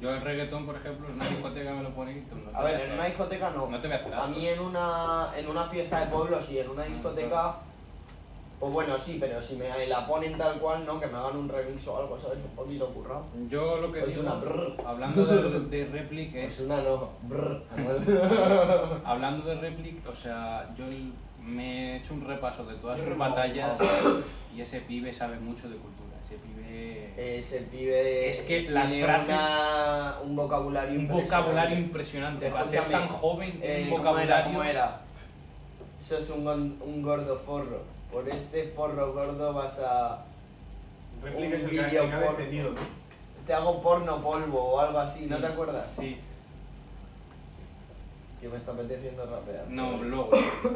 Yo el reggaetón, por ejemplo, en una discoteca me lo ponen y tú no te
A ver,
voy
en
hacer-
una discoteca no.
No te voy a hacer
A
asco.
mí en una, en una fiesta de pueblo sí, en una discoteca... Pues bueno, sí, pero si me la ponen tal cual, no, que me hagan un remix o algo, ¿sabes? Un poquito currado.
Yo lo que
Pues
digo,
una brr.
hablando de, de Replic,
Es
es,
Pues una no. brr,
hablando de Replic, o sea, yo el- me he hecho un repaso de todas sus
Brr.
batallas y ese pibe sabe mucho de cultura, ese pibe...
Ese pibe...
Es que las
tiene
frases-
una- un vocabulario
un vocabulario impresionante, para ser
Escúchame,
tan joven, tiene
Eh,
un
¿cómo
vocabulario...
era? ¿Cómo era? Sos un, gon- un gordo forro. Por este forro gordo vas a...
Réplica es
Un
el que- el que
vídeo
ha
por-
descendido, ¿no?
Te hago porno polvo o algo así, ¿no te acuerdas?
Sí.
Que me está apeteciendo rapear.
No, luego,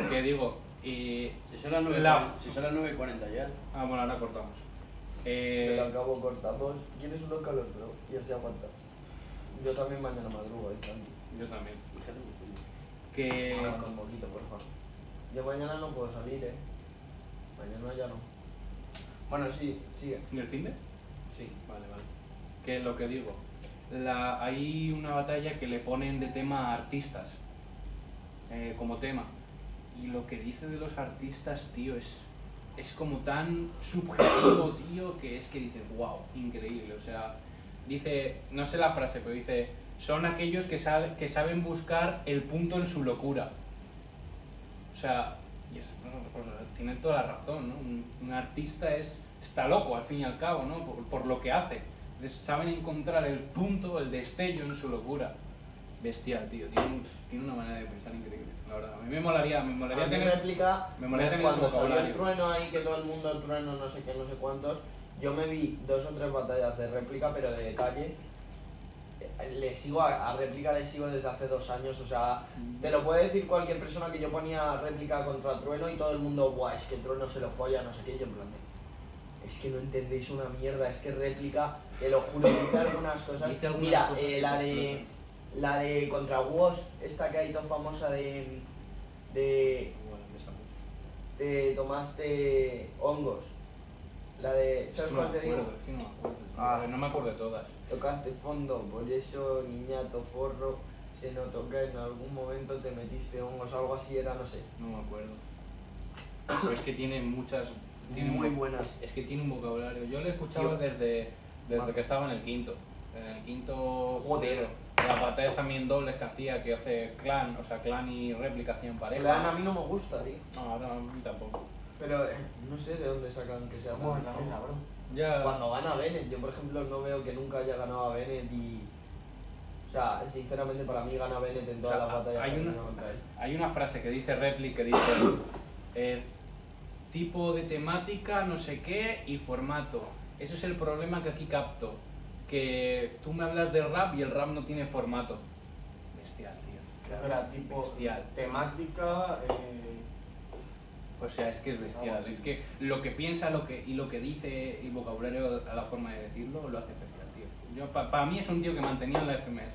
que digo, y...
Si son las
La-
9.40 si son las 9:40 ya.
Ah, bueno, ahora cortamos.
Pero
Eh,
al cabo cortamos. ¿Quieres unos calor, bro? Y así aguantas. Yo también mañana madrugo, eh, Candy.
yo también.
Fíjate que estoy-
Que...
Ah, con poquito, por favor. Yo mañana no puedo salir, eh. Mañana ya no. Bueno, sí, sigue.
¿Y el finde? Sí, vale, vale. Que es lo que digo. La, hay una batalla que le ponen de tema a artistas eh, como tema. Y lo que dice de los artistas, tío, es, es como tan subjetivo, tío, que es que dices, wow, increíble. O sea, dice, no sé la frase, pero dice, son aquellos que, sab- que saben buscar el punto en su locura. O sea, y es- no, pues, tiene toda la razón, ¿no? Un, un artista es, está loco, al fin y al cabo, ¿no? Por, por lo que hace. Entonces, saben encontrar el punto, el destello en su locura. Bestial, tío. Tiene, un- tiene una manera de pensar increíble, la verdad. A mí me molaría, me molaría
A mí
tener...
me aplica
me molaría tener
cuando
ese
salió el
vocabulario.
trueno ahí, que todo el mundo el trueno, no sé qué, no sé cuántos. Yo me vi dos o tres batallas de réplica, pero de calle. Eh, Le sigo a, a réplica, le sigo desde hace dos años. O sea, te lo puede decir cualquier persona que yo ponía réplica contra trueno y todo el mundo, guau, es que el trueno se lo folla, no sé qué. Y yo en plan, de, es que no entendéis una mierda, es que réplica, te lo juro, dice algunas cosas.
Dice algunas
Mira,
cosas
eh,
que
la
te
de. La de contra Woz, esta que hay tan famosa de. de
Bueno, me salgo.
te tomaste hongos. La de.
Es que
¿Sabes
no me
cuál te digo?
acuerdo, es que no me acuerdo, tío.
Ah.
No me acuerdo de todas.
Tocaste fondo, por eso niñato forro se notó que en algún momento te metiste hongos, algo así era, no sé.
No me acuerdo. Pero es que tiene muchas. Tiene
Muy
un-
buenas.
Es que tiene un vocabulario. Yo lo he escuchado desde, desde que estaba en el quinto. En el quinto.
Joder.
Las batallas también dobles que hacía, que hace clan, o sea, clan y réplica hacían pareja.
Clan a mí no me gusta, tío.
No, ahora a mí tampoco.
Pero eh, no sé de dónde sacan que sea tan-
Ya.
Cuando gana Bennett, yo por ejemplo no veo que nunca haya ganado a Bennett y. O sea, sinceramente para mí gana Bennett en
O
todas
sea,
las batallas.
hay
que he
una-
tenido contra él.
Hay una frase que dice Repli que dice eh, tipo de temática, no sé qué y formato. Eso es el problema que aquí capto. Que tú me hablas de rap y el rap no tiene formato. Bestial, tío.
Era tipo
Bestial.
temática, eh,
O sea, es que es bestial. Es que lo que piensa lo que, y lo que dice el vocabulario a la forma de decirlo lo hace especial, tío. Yo, Para mí es un tío que mantenía en la FMS.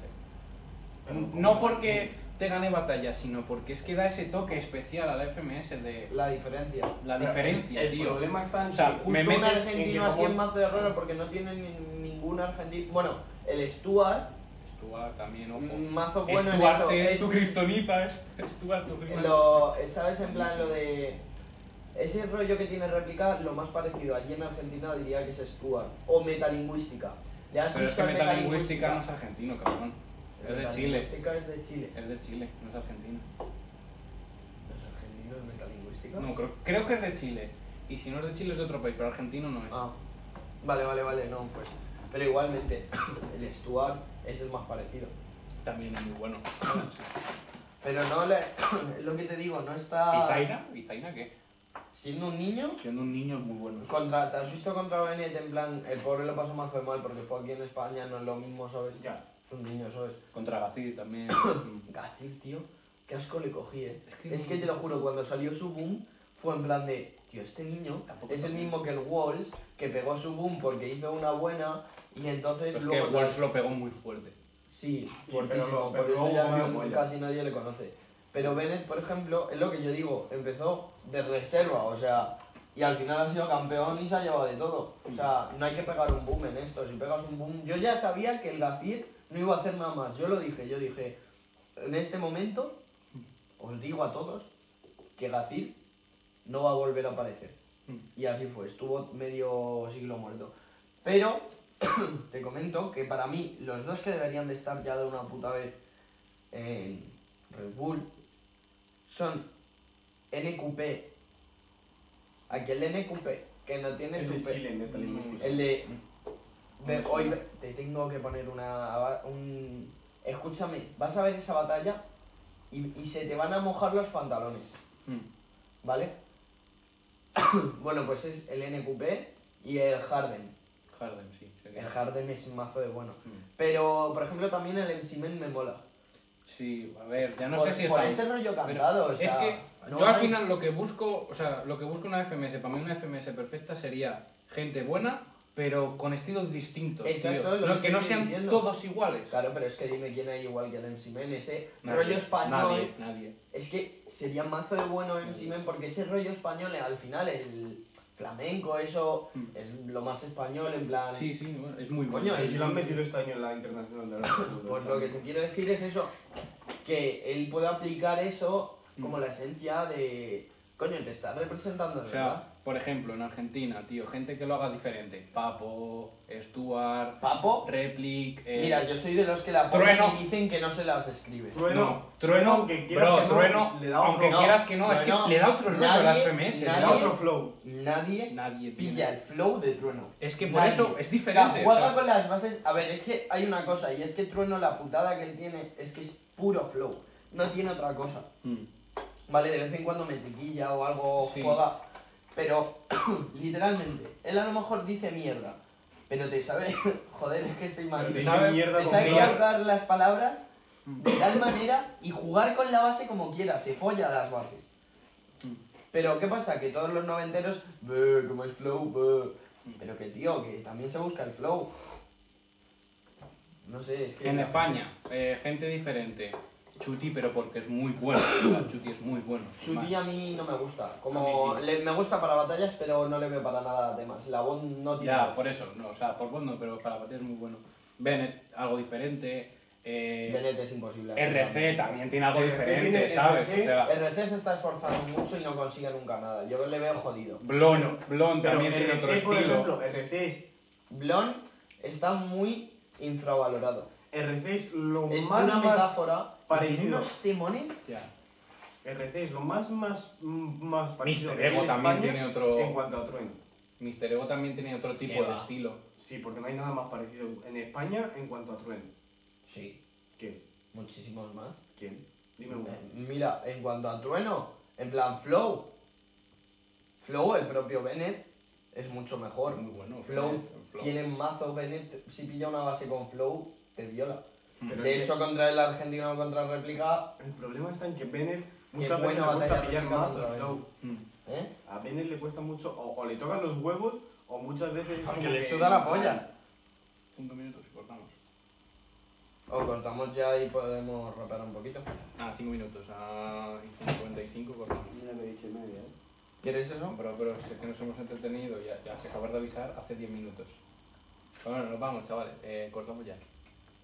No porque te gane batalla, sino porque es que da ese toque especial a la FMS de
La diferencia.
la diferencia,
el
tío.
problema está en
O sea,
que
me
me
metes
un
en que
argentino así
luego-
es más de raro porque no tiene ni- ningún argentino. Bueno, el Stuart,
Stuart también, ojo.
un mazo Mm, bueno en
Stuart
eso.
es,
es-
tu kriptonita, es Stuart tu prima.
lo, ¿Sabes? En plan, lo de. Ese rollo que tiene réplica, lo más parecido allí en Argentina diría que es Stuart. O metalingüística. ¿Le has
Pero es
visto
que
el
metalingüística no es argentino, cabrón.
El
Es de Chile.
metalingüística es de Chile.
Es de Chile, no es argentino.
¿Los argentinos metalingüística?
No, creo, creo que es de Chile. Y si no es de Chile es de otro país, pero argentino no es.
Ah, vale, vale, vale, no, pues. Pero igualmente, el Stuart es el más parecido.
También es muy bueno.
Pero no le. lo que te digo, no está.
¿Y Zaira? ¿Y Zaira qué?
Siendo un niño,
Siendo un niño es muy bueno.
contra, ¿te has visto contra Bennett? En plan, el pobre lo pasó más mal porque fue aquí en España, no es lo mismo, ¿sabes?
Ya.
Es un niño, ¿sabes?
Contra Gacir también.
Gacir, tío, qué asco le cogí, ¿eh? Es
que-
que, te lo juro, cuando salió su boom, fue en plan de, tío, este niño
Tampoco
es el
está
mismo que el Walls, que pegó su boom porque hizo una buena y entonces
Pero es que
luego... tal-
Walsh lo pegó muy fuerte.
Sí,
Sí,
fortísimo, por
pero- pero
eso
luego
ya
comió
no-
pollas.
casi nadie le conoce. Pero Bennett, por ejemplo, es lo que yo digo, empezó de reserva, o sea, y al final ha sido campeón y se ha llevado de todo. O sea, no hay que pegar un boom en esto, si pegas un boom... Yo ya sabía que el Gafir no iba a hacer nada más, yo lo dije, yo dije, en este momento os digo a todos que Gacir no va a volver a aparecer. Y así fue, estuvo medio siglo muerto. Pero te comento que para mí los dos que deberían de estar ya de una puta vez en Red Bull son NQP. Aquel NQP que no tiene
es de
tupe.
Chile, metalingüística.
El de. Ve, hoy ve- te tengo que poner una. ba- Un, escúchame, vas a ver esa batalla y, y se te van a mojar los pantalones.
Hmm.
¿Vale? bueno, pues es el NQP y el Harden.
Harden, sí. sería.
El Harden es un mazo de bueno.
Mm.
Pero, por ejemplo, también el MC Men me mola.
Sí, a ver, ya no
por
sé si
por
está
ese
bien.
rollo
Pero
cantado, o sea.
es que
no
yo al
hay-
final lo que busco, o sea, lo que busco una FMS, para mí una FMS perfecta sería gente buena, pero con estilos distintos, tío.
Exacto, es lo
No-
que
que
te
no
estoy
sean
diciendo.
todos iguales.
Claro, pero es que dime quién hay igual que el MC Men. Ese
Nadie,
rollo español.
Nadie, nadie.
Es que sería mazo de bueno en Simen porque ese rollo español, eh, al final, el flamenco, eso
Mm.
es lo más español, en plan.
Sí, sí, bueno, es muy bueno.
Coño,
Y
el-
si lo han metido este año en la internacional de la
Pues lo que te quiero decir es eso, que él puede aplicar eso como la esencia de. Coño, te estás representando,
O
¿verdad?
sea, por ejemplo, en Argentina, tío, gente que lo haga diferente. Papo, Stuart,
Papo,
Replic. eh,
mira, yo soy de los que la ponen
Trueno.
y dicen que no se las escribe.
Trueno,
no, Trueno,
aunque quieras
bro,
que no,
Trueno,
le da otro-
aunque
No,
quieras que no, es que
Trueno,
le da otro rollo a las
nadie-
FMS.
le da
nadie-
otro flow.
Nadie
Nadie tiene.
pilla el flow de Trueno.
Es que por
Nadie.
eso es
O
diferente.
sea,
o
juega
sea,
con las bases. A ver, es que hay una cosa, y es que Trueno, la putada que él tiene es que es puro flow. No tiene otra cosa.
mm.
Vale, de vez en cuando metiquilla o algo
Sí.
juega. Pero, literalmente, él a lo mejor dice mierda. Pero te sabe. Joder, es que estoy mal.
Pero
te
dice
sabe-
mierda
Te
con
sabe
mierda.
colocar las palabras de tal manera y jugar con la base como quiera, se folla las bases. Pero ¿qué pasa? Que todos los noventeros, "Beh, como es flow, beh". pero que tío, que también se busca el flow. No sé, es que...
En España, eh, gente diferente. Chuti, pero porque es muy bueno. o sea, Chuti es muy bueno.
Su
mal.
día a mí no me gusta.
A
Como
mí sí.
le- me gusta para batallas, pero no le veo para nada temas. La voz no tiene...
Ya, pues, por eso, no, o sea, por fondo, pero para batir es muy bueno. Bennett, algo diferente. Eh,
Benet es imposible.
RC también tiene algo
RC
diferente,
tiene-
¿sabes?
RC
o sea,
RC se está esforzando mucho y no consigue nunca nada. Yo le veo jodido.
Blon, Blon
Pero
también tiene otro
RC, por
estilo.
ejemplo, RC es,
Blon está muy infravalorado.
RC es lo
Es
más,
una
más
metáfora
parecido.
de unos temones.
Ya.
RC es lo más, más, mm, más parecido
Mister
que tiene
Ego también
España
tiene otro-
En cuanto a Trueno.
Mister Ego también tiene otro tipo
Qué
de
va.
estilo.
Sí, porque no hay nada más parecido en España en cuanto a Trueno.
Sí,
¿Quién?
muchísimos más.
¿Quién? Dime uno.
Eh, Mira, en cuanto a trueno, en plan Flow. Flow, el propio Bennett, es mucho mejor.
Muy bueno.
Flow
Bennett, Flow.
tiene mazo Bennett. Si pilla una base con Flow, te viola.
Pero
de
es
hecho, contra el argentino contra réplica.
que el problema está en que Bennett muchas veces
buena
le gusta
batalla
pillar
técnica
más
contra
el flow.
Mm.
¿eh?
A Bennett le cuesta mucho, o, o le tocan los huevos, o muchas veces. es
Porque
como
le
que-
suda la polla.
Cinco minutos y cortamos.
O cortamos ya y podemos rapear un poquito.
Ah, cinco minutos. Ah, y 55 cortamos.
Mira que he dicho media, ¿eh?
¿Quieres eso?
Pero, pero si es que nos hemos entretenido, ya, ya se acabó de avisar hace 10 minutos. Pero bueno, nos vamos, chavales. Eh, cortamos ya.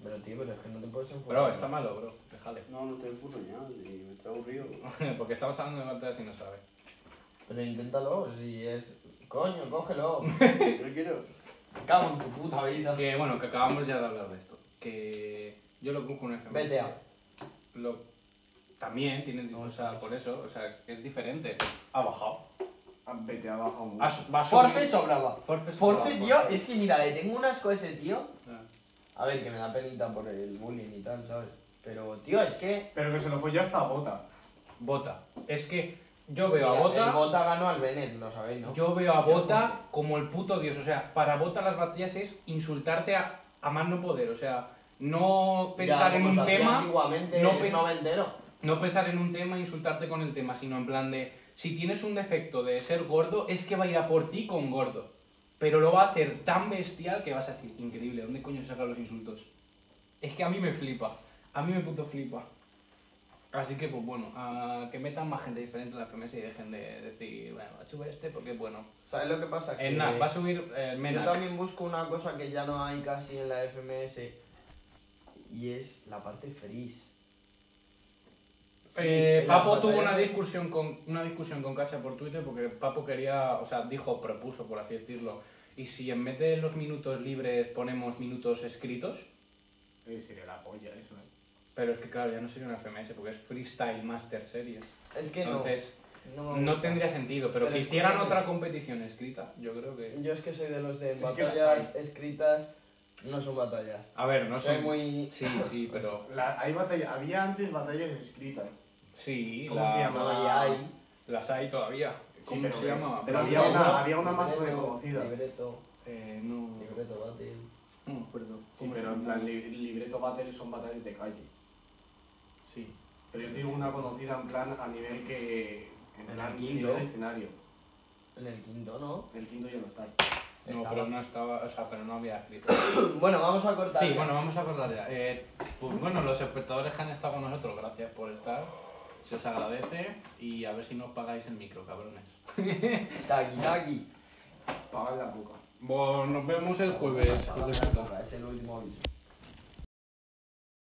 Pero tío, pero es que no te puedes enfocar.
Bro, está malo, bro. Déjale.
No, no te burro ya, y me está aburrido.
Porque estamos hablando de batallas y no sabe.
Pero inténtalo, si es. Coño, cógelo.
Yo quiero.
Me Cago en tu puta vida.
Que bueno, que acabamos ya de hablar de esto. Que yo lo busco en FMS.
BTA.
Lo... También tienen, o sea, por eso, o sea, que es diferente. Ha bajado.
Ah, Vete abajo.
Ha,
mucho.
su- va a
Force
subir.
sobraba.
Force,
Force,
sobraba,
tío,
Force.
es que mira, le tengo un asco a ese tío.
Ah.
A ver, que me da penita por el bullying y tal, ¿sabes? Pero, tío, es que.
Pero que se lo folló hasta a Bota.
Bota. Es que yo veo a
Mira, El
Bota,
Bota ganó al Bennett, lo sabéis, ¿no?
yo veo a
Yo
Bota
Force.
como el puto dios. O sea, para Bota las batallas es insultarte a, a más no poder. O sea, no pensar
Ya,
en
como se
un
hacía
tema.
Antiguamente,
no
es
pens-
noventero.
No pensar en un tema e insultarte con el tema, sino en plan de si tienes un defecto de ser gordo, es que va a ir a por ti con gordo. Pero lo va a hacer tan bestial que vas a decir, increíble, ¿dónde coño saca los insultos? Es que a mí me flipa, a mí me puto flipa. Así que, pues bueno, ah, que metan más gente diferente en la FMS y dejen de decir, bueno, va a subir este porque es bueno.
¿Sabes lo que pasa?
El Nak, Eh, va a subir el
Eh, Yo
Menak. Eh,
también busco una cosa que ya no hay casi en la FMS y es la parte feliz.
Eh, Papo tuvo una
discusión
discusión con una discusión con Cacha por Twitter porque Papo quería, o sea, dijo, propuso, por así decirlo, y si en vez de los minutos libres ponemos minutos escritos,
Eh, sería la polla, eso. eh.
pero es que claro, ya no sería una FMS porque es Freestyle Master Series.
Es que no,
Entonces,
no, me
no
gusta.
tendría sentido, pero,
Pero
que hicieran
escúchame.
otra competición escrita, yo creo que...
Yo es que soy de los de
que
batallas escritas, no son batallas.
A ver, no
soy
sé...
muy...
Sí, sí, pero...
La- hay batalla, había antes batallas escritas.
Sí,
¿Cómo
la-
se llama?
No, ya hay.
las hay todavía. ¿Cómo
pero
se
que-
llama?
pero había
Libreto,
una- había una Mm. mazo de
libreto,
conocida.
Libreto,
Eh, no...
libreto, battle.
No me acuerdo.
Sí,
¿Cómo se
pero en
llama?
plan li- libreto battle son batallas de calle.
Sí.
Pero yo digo una conocida en plan a nivel que. En
En
plan
el
nivel
quinto.
escenario.
En el quinto, ¿no?
El quinto ya no está.
No,
Estaba.
pero no estaba, o sea, pero no había escrito.
Bueno, vamos a cortar.
Sí,
ya.
bueno, vamos a acordar ya. Eh, pues bueno, los espectadores que han estado con nosotros, gracias por estar. Se os agradece y a ver si nos pagáis el micro, cabrones.
Taqui, taqui.
Paga la boca.
Bueno, nos vemos el jueves.
Apaga la boca, Es el último aviso.